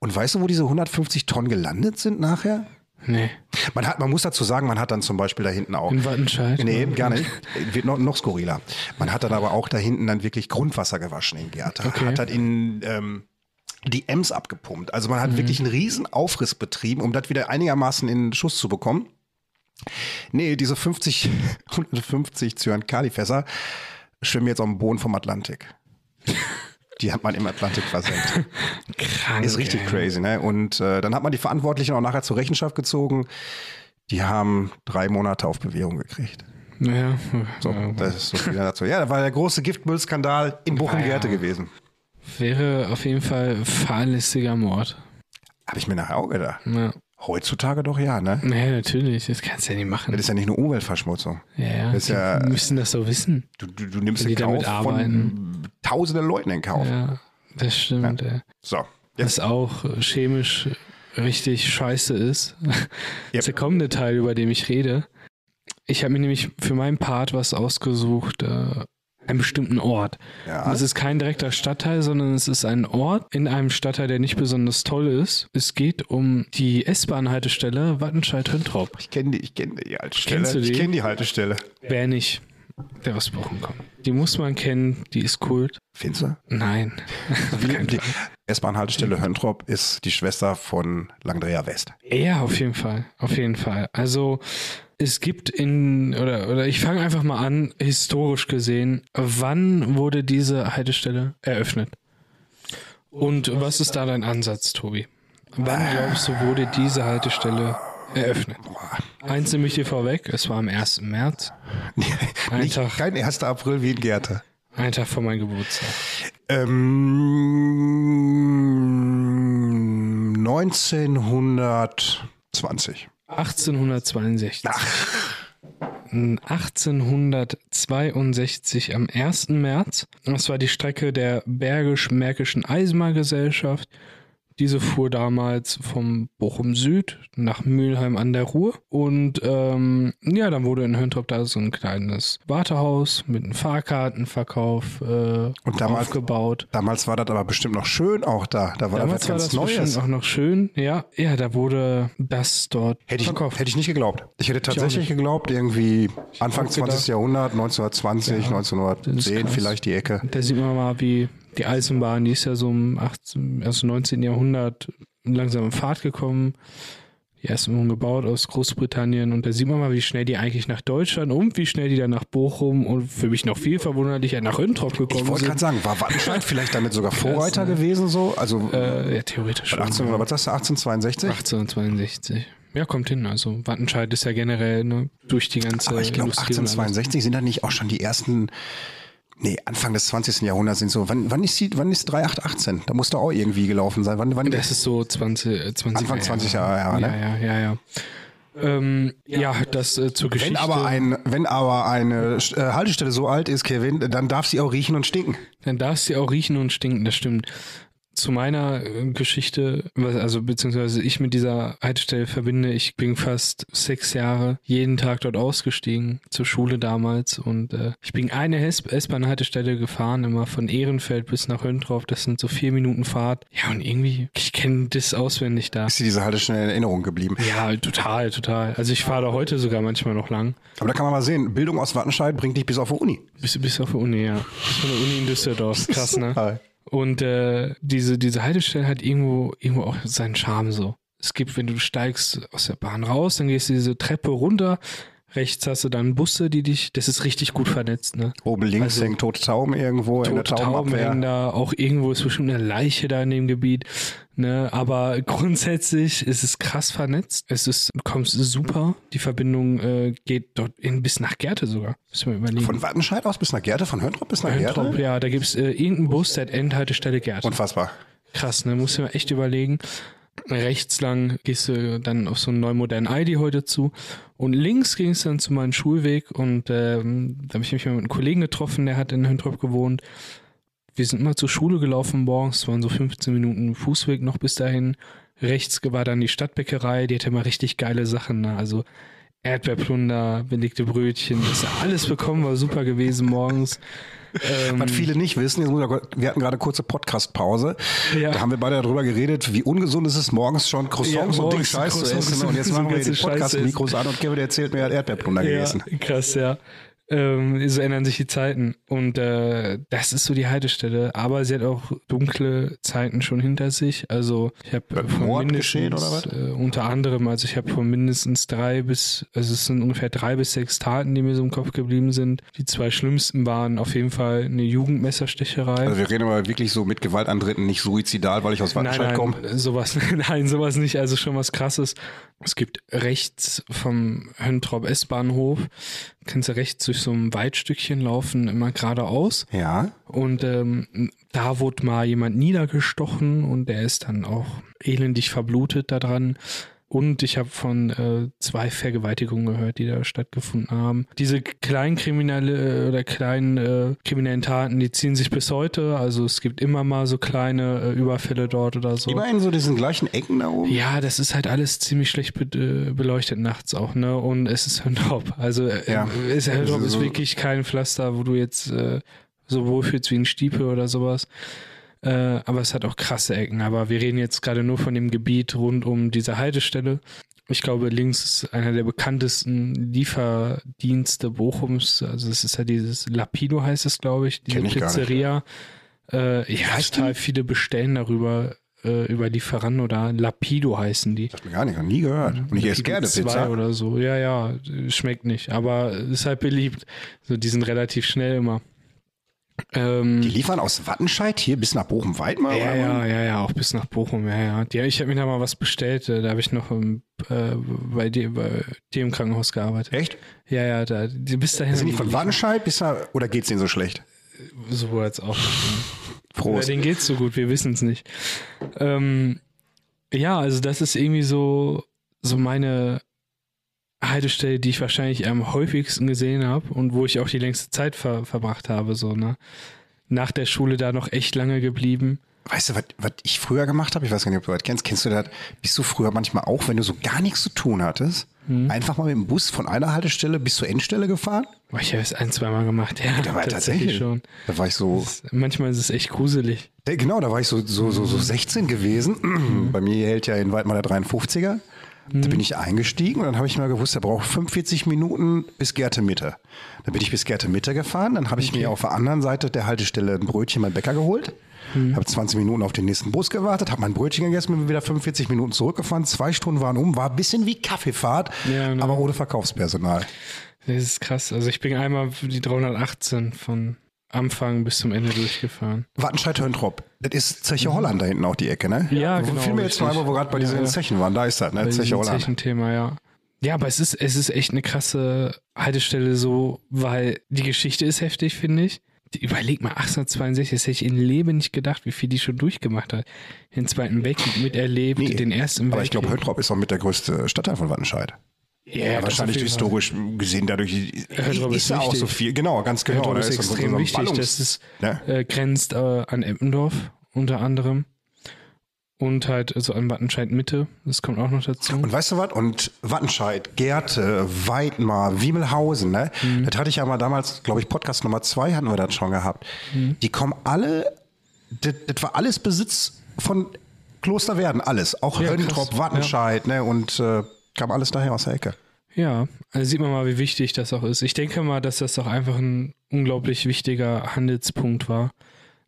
Speaker 2: Und weißt du, wo diese 150 Tonnen gelandet sind nachher?
Speaker 3: Nee.
Speaker 2: Man, hat, man muss dazu sagen, man hat dann zum Beispiel da hinten auch.
Speaker 3: In Wattenscheid.
Speaker 2: Nee, gar nicht. Wird noch, noch skurriler. Man hat dann aber auch da hinten dann wirklich Grundwasser gewaschen in Gerta.
Speaker 3: Okay.
Speaker 2: Hat dann in ähm, die Ems abgepumpt. Also man
Speaker 3: Mhm.
Speaker 2: hat wirklich einen riesen Aufriss betrieben, um das wieder einigermaßen in Schuss zu bekommen. Nee, diese 50, 150 Zyankali-Fässer schwimmen jetzt auf dem Boden vom Atlantik. Die hat man im Atlantik versenkt.
Speaker 3: Krank,
Speaker 2: Ist richtig
Speaker 3: ey.
Speaker 2: crazy, ne? Und äh, dann hat man die Verantwortlichen auch nachher zur Rechenschaft gezogen. Die haben drei Monate auf Bewährung gekriegt.
Speaker 3: Naja.
Speaker 2: So, das ist so viel dazu. Ja, da war der große Giftmüllskandal in Bochum-Gärte
Speaker 3: Ja.
Speaker 2: gewesen.
Speaker 3: Wäre auf jeden Fall fahrlässiger Mord.
Speaker 2: Habe ich mir nachher auch gedacht.
Speaker 3: Ja.
Speaker 2: Heutzutage doch ja, ne?
Speaker 3: Naja, natürlich. Das kannst du ja nicht machen.
Speaker 2: Das ist ja nicht nur Umweltverschmutzung.
Speaker 3: ja, ja.
Speaker 2: das ist
Speaker 3: Die
Speaker 2: ja-
Speaker 3: müssen das doch wissen.
Speaker 2: Du, du, du nimmst
Speaker 3: Wenn
Speaker 2: den
Speaker 3: die damit
Speaker 2: Kauf von
Speaker 3: arbeiten.
Speaker 2: tausenden Leuten in Kauf.
Speaker 3: Ja, das stimmt. Ey.
Speaker 2: So, jetzt
Speaker 3: Was auch äh, chemisch richtig scheiße ist. Das ist der kommende Teil, über den ich rede. Ich habe mir nämlich für meinen Part was ausgesucht, äh, einen bestimmten Ort.
Speaker 2: Ja.
Speaker 3: Und Es ist kein direkter Stadtteil, sondern es ist ein Ort in einem Stadtteil, der nicht besonders toll ist. Es geht um die S-Bahn-Haltestelle Wattenscheid-Höntrop.
Speaker 2: ich kenne die, ich kenne die Haltestelle.
Speaker 3: Kennst du die?
Speaker 2: Ich kenne die Haltestelle.
Speaker 3: Wer nicht, der aus Bochum kommt. Die muss man kennen, die ist Kult.
Speaker 2: Findest du?
Speaker 3: Nein.
Speaker 2: Wie- Die S-Bahn-Haltestelle Höntrop ist die Schwester von Langdrea West.
Speaker 3: Ja, auf jeden Fall. Auf jeden Fall. Also es gibt in, oder, oder ich fange einfach mal an, historisch gesehen, wann wurde diese Haltestelle eröffnet? Und was ist da dein Ansatz, Tobi? Wann glaubst du, wurde diese Haltestelle eröffnet? Eins nehme ich dir vorweg, es war am 1. März,
Speaker 2: Nicht,
Speaker 3: Tag.
Speaker 2: kein 1. April wie in Gärte.
Speaker 3: ein Tag vor meinem Geburtstag.
Speaker 2: Ähm, 1920.
Speaker 3: 1862. 1862 am 1. März. Das war die Strecke der Bergisch-Märkischen Eisenbahngesellschaft Diese fuhr damals vom Bochum Süd nach Mülheim an der Ruhr. Und ähm, ja, dann wurde in Hörntrop da so ein kleines Wartehaus mit einem Fahrkartenverkauf äh,
Speaker 2: Und damals-
Speaker 3: aufgebaut.
Speaker 2: Damals war das aber bestimmt noch schön auch da. Da war
Speaker 3: Damals
Speaker 2: das
Speaker 3: war
Speaker 2: was
Speaker 3: das
Speaker 2: ganz Neues.
Speaker 3: bestimmt auch noch schön. Ja, ja, da wurde das dort
Speaker 2: Hätte ich,
Speaker 3: verkauft.
Speaker 2: hätte ich nicht geglaubt. Ich hätte
Speaker 3: auch
Speaker 2: tatsächlich geglaubt, irgendwie Anfang
Speaker 3: auch
Speaker 2: 20.
Speaker 3: gedacht.
Speaker 2: Jahrhundert, 1920,
Speaker 3: das ist
Speaker 2: 1910
Speaker 3: krass.
Speaker 2: vielleicht die Ecke.
Speaker 3: Da sieht man mal, wie die Eisenbahn, die ist ja so im 18, also 19. Jahrhundert langsam in Fahrt gekommen. Die ersten wurden gebaut aus Großbritannien und da sieht man mal, wie schnell die eigentlich nach Deutschland und wie schnell die dann nach Bochum und für mich noch viel verwunderlicher nach Röntrop
Speaker 2: Ich
Speaker 3: gekommen
Speaker 2: wollte gerade
Speaker 3: sind.
Speaker 2: sagen, war Wattenscheid vielleicht damit sogar Vorreiter
Speaker 3: ne?
Speaker 2: gewesen so? Also
Speaker 3: Äh, ja, theoretisch schon.
Speaker 2: 18, oder was sagst du, 1862?
Speaker 3: 1862. Ja, kommt hin. Also Wattenscheid ist ja generell ne, durch die ganze
Speaker 2: Aber ich glaube,
Speaker 3: Industrie und alles.
Speaker 2: 1862 sind da nicht auch schon die ersten, nee, Anfang des 20. Jahrhunderts sind so, wann, wann ist die, wann ist 3818? Da muss doch auch irgendwie gelaufen sein. Wann, wann
Speaker 3: Das ist so 20, äh, 20
Speaker 2: Anfang 20er Jahre,
Speaker 3: ja,
Speaker 2: ne?
Speaker 3: ja, ja, ja. Ähm, ja, das äh, zur Geschichte.
Speaker 2: Wenn aber, ein, wenn aber eine äh, Haltestelle so alt ist, Kevin, dann darf sie auch riechen und stinken.
Speaker 3: Dann darf sie auch riechen und stinken, das stimmt. Zu meiner äh, Geschichte, was, also beziehungsweise ich mit dieser Haltestelle verbinde, ich bin fast sechs Jahre jeden Tag dort ausgestiegen, zur Schule damals und äh, ich bin eine Hes- S-Bahn-Haltestelle gefahren, immer von Ehrenfeld bis nach Höntrop, das sind so vier Minuten Fahrt. Ja und irgendwie, ich kenne das auswendig da.
Speaker 2: Ist dir diese Haltestelle in Erinnerung geblieben?
Speaker 3: Ja, total, total. Also ich fahre da heute sogar manchmal noch lang.
Speaker 2: Aber da kann man mal sehen, Bildung aus Wattenscheid bringt dich bis auf die Uni.
Speaker 3: Bis, bis auf die Uni, ja. Bis von der Uni in Düsseldorf. Krass, ne?
Speaker 2: Hi.
Speaker 3: Und äh, diese, diese Haltestelle hat irgendwo, irgendwo auch seinen Charme so. Es gibt, wenn du steigst aus der Bahn raus, dann gehst du diese Treppe runter. Rechts hast du dann Busse, die dich, das ist richtig gut vernetzt, ne?
Speaker 2: Oben links
Speaker 3: Also-
Speaker 2: hängt tote Tauben irgendwo in der
Speaker 3: Tote Tauben
Speaker 2: Taubenabwehr.
Speaker 3: hängen da, auch irgendwo ist bestimmt eine Leiche da in dem Gebiet. Ne? Aber grundsätzlich ist es krass vernetzt. Es ist, du kommst super. Die Verbindung äh, geht dort in, bis nach Gerte sogar. Müssen wir überlegen.
Speaker 2: Von Wattenscheid aus bis nach Gerte, von Höntrop bis nach
Speaker 3: Höntrop,
Speaker 2: Gerte?
Speaker 3: ja, da gibt es äh, irgendeinen Bus, der hat Endhaltestelle Gerte.
Speaker 2: Unfassbar.
Speaker 3: Krass, ne? Muss ich mir echt überlegen. Rechts lang gehst du dann auf so einen neuen modernen ID heute zu. Und links ging es dann zu meinem Schulweg und ähm, da habe ich mich mal mit einem Kollegen getroffen, der hat in Höntrop gewohnt. Wir sind mal zur Schule gelaufen morgens, es waren so 15 Minuten Fußweg noch bis dahin. Rechts war dann die Stadtbäckerei, die hatte mal richtig geile Sachen. Ne? Also Erdbeerplunder, belegte Brötchen, das hat alles bekommen, war super gewesen morgens. Ähm,
Speaker 2: Was viele nicht wissen, jetzt muss ich, mal- wir hatten gerade kurze Podcast-Pause.
Speaker 3: Ja.
Speaker 2: Da haben wir beide darüber geredet, wie ungesund ist es ist, morgens schon Croissants
Speaker 3: Ja,
Speaker 2: und Ding
Speaker 3: morgens
Speaker 2: Scheiße zu
Speaker 3: Croissants
Speaker 2: essen. Und jetzt
Speaker 3: und
Speaker 2: machen wir
Speaker 3: ganze
Speaker 2: die Podcast-Mikros an und Kevin erzählt mir, er hat Erdbeerplunder gegessen.
Speaker 3: Ja, krass, ja. Ähm, so ändern sich die Zeiten. Und äh, das ist so die Haltestelle. Aber sie hat auch dunkle Zeiten schon hinter sich. Also ich habe von
Speaker 2: Mord
Speaker 3: mindestens
Speaker 2: geschehen oder was?
Speaker 3: äh, unter anderem, also ich habe von mindestens drei bis, also es sind ungefähr drei bis sechs Taten, die mir so im Kopf geblieben sind. Die zwei schlimmsten waren auf jeden Fall eine Jugendmesserstecherei.
Speaker 2: Also wir reden aber wirklich so mit Gewalt an Dritten, nicht suizidal, weil ich aus
Speaker 3: Nein,
Speaker 2: Wattenscheid
Speaker 3: nein,
Speaker 2: komme.
Speaker 3: sowas, nein, sowas nicht. Also schon was krasses. Es gibt rechts vom Höntrop S-Bahnhof, kannst du rechts durch so ein Waldstückchen laufen, immer geradeaus.
Speaker 2: Ja.
Speaker 3: Und ähm, da wurde mal jemand niedergestochen und der ist dann auch elendig verblutet daran. Und ich habe von äh, zwei Vergewaltigungen gehört, die da stattgefunden haben. Diese kleinen Kriminelle äh, oder kleinen äh, kriminellen Taten, die ziehen sich bis heute. Also es gibt immer mal so kleine äh, Überfälle dort oder so.
Speaker 2: Immerhin so diesen gleichen Ecken da oben.
Speaker 3: Ja, das ist halt alles ziemlich schlecht be äh, beleuchtet nachts auch, ne? Und es ist Höntrop. Also äh,
Speaker 2: Ja.
Speaker 3: ist, Höntrop
Speaker 2: Also
Speaker 3: ist
Speaker 2: so-
Speaker 3: wirklich kein Pflaster, wo du jetzt äh, so wohlfühlst wie ein Stiepel oder sowas. Äh, aber es hat auch krasse Ecken. Aber wir reden jetzt gerade nur von dem Gebiet rund um diese Haltestelle. Ich glaube, links ist einer der bekanntesten Lieferdienste Bochums. Also es ist ja dieses Lapido heißt es, glaube ich, diese
Speaker 2: Kenn ich gar nicht.
Speaker 3: Pizzeria. Äh, ja,
Speaker 2: heißt
Speaker 3: total viele bestellen darüber äh, über Lieferanten oder Lapido heißen die.
Speaker 2: Hat mir gar nicht, noch nie gehört. Und ich esse
Speaker 3: Lapido
Speaker 2: gerne
Speaker 3: 2
Speaker 2: Pizza.
Speaker 3: Mhm. oder so. Ja, ja, schmeckt nicht, aber ist halt beliebt. So, die sind relativ schnell immer. Ähm,
Speaker 2: Die liefern aus Wattenscheid hier bis nach Bochum-Weidmar?
Speaker 3: ja,
Speaker 2: oder?
Speaker 3: ja, ja, ja, auch bis nach Bochum, ja, ja. Die, ich habe mir da mal was bestellt, äh, da habe ich noch im, äh, bei, dir, bei dir im Krankenhaus gearbeitet.
Speaker 2: Echt?
Speaker 3: Ja, ja, da, die, bis dahin.
Speaker 2: Sind die von
Speaker 3: die-
Speaker 2: Wattenscheid bis nach, oder geht's denen so schlecht?
Speaker 3: So jetzt auch. Ja,
Speaker 2: Prost.
Speaker 3: denen geht's so gut, wir wissen es nicht. Ähm, ja, also das ist irgendwie so, so meine Haltestelle, die ich wahrscheinlich am häufigsten gesehen habe und wo ich auch die längste Zeit ver verbracht habe, so, ne? Nach der Schule da noch echt lange geblieben.
Speaker 2: Weißt du, was was ich früher gemacht habe? Ich weiß gar nicht, ob du das kennst. Kennst du das? Bist du früher manchmal auch, wenn du so gar nichts zu tun hattest,
Speaker 3: Mhm.
Speaker 2: einfach mal mit dem Bus von einer Haltestelle bis zur Endstelle gefahren?
Speaker 3: Boah, ich habe es ein, zweimal gemacht. Ja,
Speaker 2: Da war
Speaker 3: tatsächlich, schon.
Speaker 2: Da war ich so,
Speaker 3: Manchmal ist es echt gruselig.
Speaker 2: Ey, genau, da war ich so, so, so,
Speaker 3: Mhm.
Speaker 2: so 16 gewesen. Bei mir hält ja in Waldmann der 53er.
Speaker 3: Mhm.
Speaker 2: Da bin ich eingestiegen und dann habe ich mal gewusst, da braucht 45 Minuten bis Gerte Mitte. Dann bin ich bis Gerte Mitte gefahren, dann habe ich mir auf der anderen Seite der Haltestelle ein Brötchen beim Bäcker geholt,
Speaker 3: Mhm.
Speaker 2: habe 20 Minuten auf den nächsten Bus gewartet, habe mein Brötchen gegessen, bin wieder 45 Minuten zurückgefahren, zwei Stunden waren um, war ein bisschen wie Kaffeefahrt,
Speaker 3: Ja, genau.
Speaker 2: aber ohne Verkaufspersonal.
Speaker 3: Das ist krass. Also ich bin einmal die 318 von Anfang bis zum Ende durchgefahren.
Speaker 2: Wattenscheid-Hörntrop, das ist Zeche Holland da hinten auch die Ecke, ne?
Speaker 3: Mhm. Ja,
Speaker 2: Wo-
Speaker 3: genau,
Speaker 2: Fiel mir jetzt mal,
Speaker 3: richtig.
Speaker 2: wo wir gerade bei
Speaker 3: Ja,
Speaker 2: diesen
Speaker 3: ja.
Speaker 2: Zechen waren, da ist das, ne?
Speaker 3: Bei
Speaker 2: Zeche
Speaker 3: diesem
Speaker 2: Holland.
Speaker 3: Zechenthema, ja. Ja, aber es ist, es ist echt eine krasse Haltestelle so, weil die Geschichte ist heftig, finde ich. Die- Überleg mal, 1862, das hätte ich im Leben nicht gedacht, wie viel die schon durchgemacht hat. Den Zweiten Weltkrieg miterlebt,
Speaker 2: Nee,
Speaker 3: den Ersten Weltkrieg.
Speaker 2: Aber ich glaube, Höntrop ist auch mit der größte Stadtteil von Wattenscheid.
Speaker 3: Ja,
Speaker 2: Ja,
Speaker 3: das
Speaker 2: wahrscheinlich
Speaker 3: auf jeden Fall.
Speaker 2: historisch gesehen dadurch
Speaker 3: Höntrop
Speaker 2: ist
Speaker 3: ist
Speaker 2: da auch
Speaker 3: wichtig.
Speaker 2: so viel. Genau, ganz genau.
Speaker 3: Höntrop
Speaker 2: da
Speaker 3: ist
Speaker 2: so- so- so
Speaker 3: extrem
Speaker 2: ein
Speaker 3: wichtig,
Speaker 2: Ballungs-
Speaker 3: das ist
Speaker 2: ne?
Speaker 3: äh, grenzt äh, an Eppendorf unter anderem und halt also an Wattenscheid Mitte. Das kommt auch noch dazu.
Speaker 2: Und weißt du was? Und Wattenscheid, Gerte, Weidmar, Wiemelhausen, ne?
Speaker 3: Mhm.
Speaker 2: Das hatte ich ja mal damals, glaube ich, Podcast Nummer zwei hatten wir das schon gehabt.
Speaker 3: Mhm.
Speaker 2: Die kommen alle, das, das war alles Besitz von Kloster Werden, alles. Auch
Speaker 3: Ja,
Speaker 2: Höntrop,
Speaker 3: krass,
Speaker 2: Wattenscheid, ne? Und äh, kam alles daher aus der Ecke.
Speaker 3: Ja, also sieht man mal, wie wichtig das auch ist. Ich denke mal, dass das auch einfach ein unglaublich wichtiger Handelspunkt war,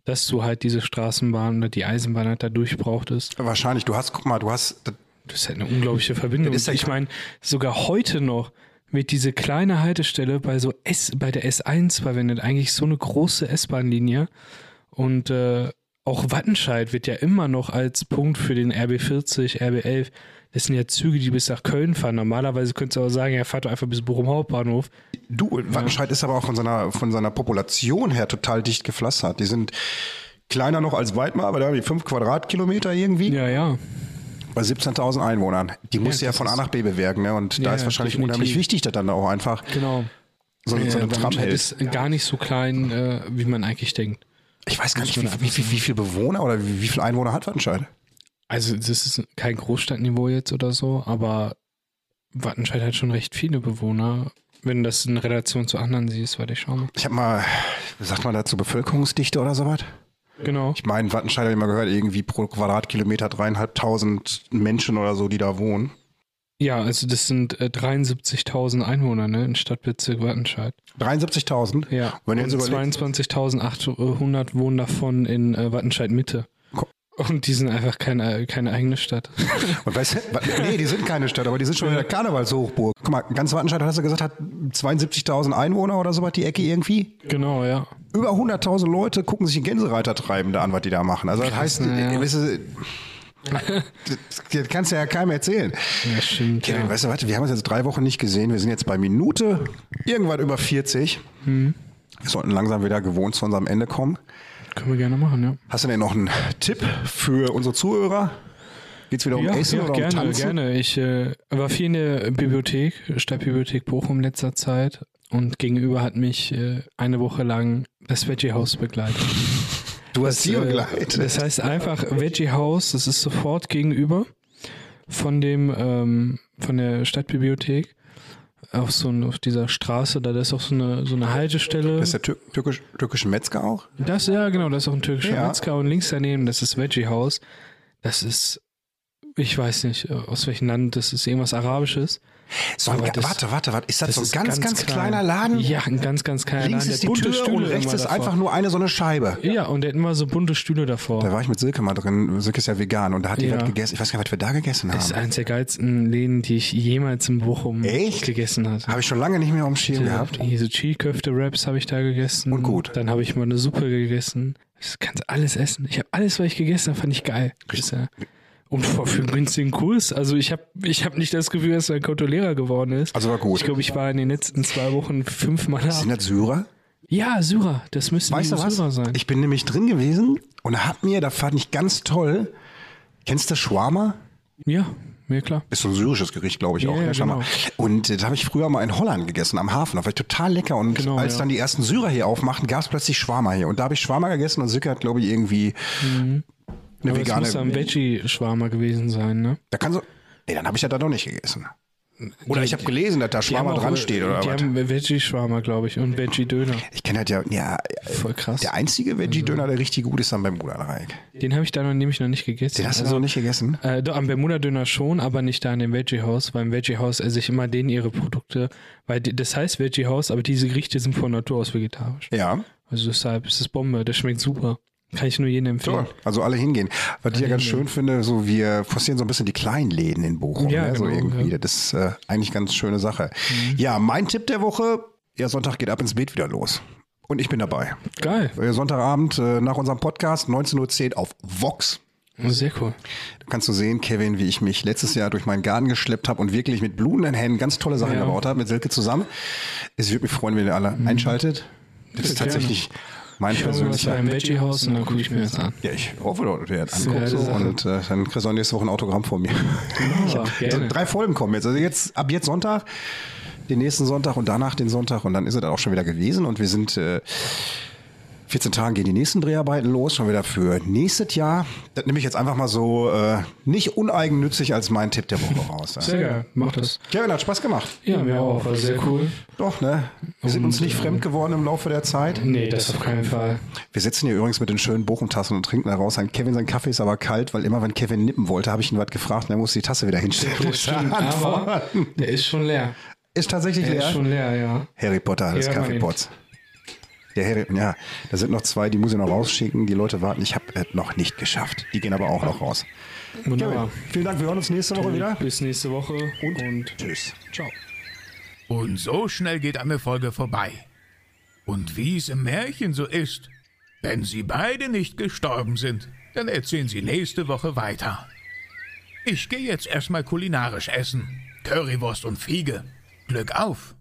Speaker 3: dass du halt diese Straßenbahn oder die Eisenbahn halt da durchbrauchtest.
Speaker 2: Wahrscheinlich, du hast, guck mal, du hast, das,
Speaker 3: Das ist halt eine unglaubliche Verbindung.
Speaker 2: Das ist ja
Speaker 3: ich
Speaker 2: klar.
Speaker 3: meine, sogar heute noch wird diese kleine Haltestelle bei so S, bei der S1 verwendet, eigentlich so eine große S-Bahn-Linie. Und äh, auch Wattenscheid wird ja immer noch als Punkt für den RB40, RB11. Das sind ja Züge, die bis nach Köln fahren. Normalerweise könntest du aber sagen, ja, fahrt doch einfach bis Bochum Hauptbahnhof.
Speaker 2: Du, Wattenscheid ist aber auch von seiner, von seiner Population her total dicht gepflastert. Die sind kleiner noch als Weidmar, aber da haben die fünf Quadratkilometer irgendwie
Speaker 3: Ja, ja.
Speaker 2: bei 17.000 Einwohnern. Die musst du ja
Speaker 3: das
Speaker 2: von A
Speaker 3: ist-
Speaker 2: nach B bewerken. Ne? Und da
Speaker 3: Ja,
Speaker 2: ist wahrscheinlich
Speaker 3: definitiv.
Speaker 2: unheimlich wichtig, dass dann da auch einfach
Speaker 3: Genau.
Speaker 2: so, so eine Tram
Speaker 3: Wattenscheid
Speaker 2: hält.
Speaker 3: ist gar nicht so klein, äh, wie man eigentlich denkt.
Speaker 2: Ich weiß gar nicht,
Speaker 3: man
Speaker 2: wie, wie, wie, wie viele Bewohner oder wie, wie viele Einwohner hat Wattenscheid?
Speaker 3: Also das ist kein Großstadtniveau jetzt oder so, aber Wattenscheid hat schon recht viele Bewohner. Wenn du das in Relation zu anderen siehst, warte ich schau mal.
Speaker 2: Ich habe mal, sagt man dazu Bevölkerungsdichte oder sowas?
Speaker 3: Genau.
Speaker 2: Ich meine, Wattenscheid habe ich mal gehört, irgendwie pro Quadratkilometer dreieinhalbtausend Menschen oder so, die da wohnen.
Speaker 3: Ja, also das sind äh, 73.000 Einwohner ne, im Stadtbezirk Wattenscheid.
Speaker 2: 73.000?
Speaker 3: Ja.
Speaker 2: Wenn
Speaker 3: Und
Speaker 2: du jetzt überlegst,
Speaker 3: 22.800 wohnen davon in äh, Wattenscheid Mitte.
Speaker 2: Ko-
Speaker 3: Und die sind einfach keine, keine eigene Stadt.
Speaker 2: Und weißt du, wa- nee, die sind keine Stadt, aber die sind schon wieder Karnevalshochburg. Guck mal, ganz Wattenscheid, hast du gesagt, hat 72.000 Einwohner oder sowas, die Ecke irgendwie.
Speaker 3: genau, ja.
Speaker 2: Über 100.000 Leute gucken sich den Gänsereiter treiben da an, was die da machen. Also das heißt,
Speaker 3: na ja.
Speaker 2: äh, weißt du, das, das kannst du ja keinem erzählen.
Speaker 3: Ja, stimmt.
Speaker 2: Kevin,
Speaker 3: Ja.
Speaker 2: weißt du, warte, wir haben uns jetzt drei Wochen nicht gesehen. Wir sind jetzt bei Minute irgendwann über 40.
Speaker 3: Hm.
Speaker 2: Wir sollten langsam wieder gewohnt zu unserem Ende kommen.
Speaker 3: Können wir gerne machen, ja.
Speaker 2: Hast du denn noch einen Tipp für unsere Zuhörer? Geht's wieder um Essen oder
Speaker 3: gerne,
Speaker 2: um Tanzen?
Speaker 3: gerne. Ich äh, war viel in der Bibliothek, Stadtbibliothek Bochum in letzter Zeit und gegenüber hat mich äh, eine Woche lang das Veggie House begleitet.
Speaker 2: Du hast sie
Speaker 3: äh,
Speaker 2: begleitet.
Speaker 3: Das heißt einfach Veggie House, das ist sofort gegenüber von dem ähm, von der Stadtbibliothek auf so ein, auf dieser Straße, da da ist auch so eine so eine Haltestelle.
Speaker 2: Das ist der Tür türkisch, türkische Metzger auch?
Speaker 3: Das, ja, genau, das ist auch ein türkischer
Speaker 2: Ja.
Speaker 3: Metzger und links daneben, das ist Veggie House. Das ist, ich weiß nicht, äh, aus welchem Land, das ist irgendwas Arabisches.
Speaker 2: So ein,
Speaker 3: Aber das-
Speaker 2: warte, warte, warte. Ist das,
Speaker 3: Das
Speaker 2: so ein
Speaker 3: ist
Speaker 2: ganz, ganz,
Speaker 3: klein.
Speaker 2: kleiner Laden?
Speaker 3: Ja, ein ganz, ganz kleiner
Speaker 2: Links
Speaker 3: Laden.
Speaker 2: ist
Speaker 3: der
Speaker 2: die
Speaker 3: hat bunte
Speaker 2: Tür und
Speaker 3: Stühle
Speaker 2: rechts
Speaker 3: immer
Speaker 2: ist
Speaker 3: davor.
Speaker 2: einfach nur eine so eine Scheibe.
Speaker 3: Ja, und der hat immer so bunte Stühle davor.
Speaker 2: Da war ich mit Silke mal drin. Silke ist ja vegan und da hat die
Speaker 3: Ja.
Speaker 2: was gegessen. Ich weiß gar nicht, was wir da gegessen
Speaker 3: das ist
Speaker 2: haben.
Speaker 3: eines der geilsten Läden, die ich jemals in Bochum
Speaker 2: Echt?
Speaker 3: gegessen hatte.
Speaker 2: Habe ich schon lange nicht mehr auf dem Schirm gehabt.
Speaker 3: Hier so Chili-Köfte-Wraps habe ich da gegessen.
Speaker 2: Und gut.
Speaker 3: Dann habe ich mal eine Suppe gegessen. Das kannst alles essen. Ich habe alles, was ich gegessen habe, fand ich geil. Das ist ja- Und vor für einen günstigen Kurs. Also ich habe ich hab nicht das Gefühl, dass mein Kontrollierer geworden ist.
Speaker 2: Also war gut.
Speaker 3: Ich glaube, ich war in den letzten zwei Wochen fünfmal ab.
Speaker 2: Sind das Syrer?
Speaker 3: Ja, Syrer. Das müssen
Speaker 2: Weißt
Speaker 3: die
Speaker 2: du was?
Speaker 3: Syrer sein.
Speaker 2: Ich bin nämlich drin gewesen und hab mir, da fand ich ganz toll, kennst du Schwama?
Speaker 3: ja, mir klar.
Speaker 2: Ist so ein syrisches Gericht, glaube ich,
Speaker 3: Ja,
Speaker 2: auch.
Speaker 3: ja,
Speaker 2: ne? Schau mal.
Speaker 3: genau.
Speaker 2: Und äh, das habe ich früher mal in Holland gegessen, am Hafen. Da war ich total lecker. Und
Speaker 3: Genau,
Speaker 2: als
Speaker 3: ja.
Speaker 2: dann die ersten Syrer hier aufmachten, gab es plötzlich Schwammer hier. Und da habe ich Schwammer gegessen und Silke hat, glaube ich, irgendwie eine
Speaker 3: Mhm. Aber es
Speaker 2: vegane.
Speaker 3: muss am Veggie-Schwarmer gewesen sein, ne?
Speaker 2: da kann so. Nee, dann habe ich ja da doch nicht gegessen. Oder ich habe gelesen, dass da
Speaker 3: Die haben
Speaker 2: Schwarmer
Speaker 3: auch,
Speaker 2: dran
Speaker 3: äh,
Speaker 2: steht oder
Speaker 3: Die
Speaker 2: was.
Speaker 3: haben Veggie-Schwarmer, glaube ich, und Veggie-Döner.
Speaker 2: Ich kenne halt ja, ja,
Speaker 3: Voll krass.
Speaker 2: der einzige
Speaker 3: Mhm.
Speaker 2: Veggie-Döner, der richtig gut ist, dann beim Bruderreich.
Speaker 3: Den habe ich da noch, nämlich noch nicht gegessen.
Speaker 2: Den hast du
Speaker 3: Also,
Speaker 2: noch nicht gegessen?
Speaker 3: Äh, doch, am Bermuda-Döner schon, aber nicht da in dem Veggie-Haus. Beim Veggie-Haus esse ich immer denen ihre Produkte, weil die, das heißt Veggie-Haus, aber diese Gerichte sind von Natur aus vegetarisch.
Speaker 2: Ja.
Speaker 3: Also deshalb ist es Bombe, das schmeckt super. Kann ich nur jedem empfehlen.
Speaker 2: Toll. Also alle hingehen. Was ich ja ganz schön finde, so wir forcieren so ein bisschen die kleinen Läden in Bochum.
Speaker 3: Ja,
Speaker 2: ne? so
Speaker 3: genau,
Speaker 2: irgendwie.
Speaker 3: ja. Mhm.
Speaker 2: Das ist äh, eigentlich ganz schöne Sache. Ja, mein Tipp der Woche, ja, Sonntag geht ab ins Beet wieder los. Und ich bin dabei.
Speaker 3: Geil,
Speaker 2: Äh, Sonntagabend äh, nach unserem Podcast 19.10 Uhr auf Vox.
Speaker 3: sehr cool.
Speaker 2: Da kannst du sehen, Kevin, wie ich mich letztes Jahr durch meinen Garten geschleppt habe und wirklich mit blutenden Händen ganz tolle Sachen
Speaker 3: Ja. Mhm.
Speaker 2: gebaut habe, mit Silke zusammen. Es würde mich freuen, wenn ihr alle einschaltet. Das ist
Speaker 3: Gerne.
Speaker 2: tatsächlich mein
Speaker 3: Ich hole mir was
Speaker 2: persönlicher
Speaker 3: beim Veggie-Haus und dann gucke ich mir das an.
Speaker 2: ja, ich hoffe, du du jetzt
Speaker 3: eine
Speaker 2: anguckst
Speaker 3: geile Sache.
Speaker 2: und äh, dann kriegst du auch nächste Woche ein Autogramm von mir.
Speaker 3: Aber
Speaker 2: Also,
Speaker 3: gerne.
Speaker 2: drei Folgen kommen jetzt. Also jetzt ab jetzt Sonntag, den nächsten Sonntag und danach den Sonntag und dann ist es dann auch schon wieder gewesen und wir sind äh, 14 Tagen gehen die nächsten Dreharbeiten los, schon wieder für nächstes Jahr. Das nehme ich jetzt einfach mal so äh, nicht uneigennützig als mein Tipp der Woche raus. Ja.
Speaker 3: Sehr geil, mach das.
Speaker 2: Kevin hat Spaß gemacht.
Speaker 3: Ja, mir auch, war sehr cool.
Speaker 2: Doch, ne? Wir sind uns nicht
Speaker 3: ähm,
Speaker 2: fremd geworden im Laufe der Zeit.
Speaker 3: Nee, das auf keinen Fall.
Speaker 2: Wir sitzen hier übrigens mit den schönen Bochum-Tassen und trinken daraus. Ein Kevin, sein Kaffee ist aber kalt, weil immer, wenn Kevin nippen wollte, habe ich ihn was gefragt und er musste die Tasse wieder hinstellen.
Speaker 3: Das stimmt, aber der ist schon leer.
Speaker 2: Ist tatsächlich
Speaker 3: Der ist
Speaker 2: leer.
Speaker 3: schon leer, ja.
Speaker 2: Harry Potter des
Speaker 3: Ja, Mann.
Speaker 2: Kaffeepots. Der Harry, ja, da sind noch zwei, die muss ich noch rausschicken. Die Leute warten, ich habe es noch nicht geschafft. Die gehen aber auch noch raus.
Speaker 3: Wunderbar.
Speaker 2: Vielen Dank, wir hören uns nächste Woche wieder.
Speaker 3: Bis nächste Woche und, und
Speaker 2: Tschüss.
Speaker 3: ciao.
Speaker 1: Und so schnell geht eine Folge vorbei. Und wie es im Märchen so ist, wenn sie beide nicht gestorben sind, dann erzählen sie nächste Woche weiter. Ich gehe jetzt erstmal kulinarisch essen. Currywurst und Fiege. Glück auf!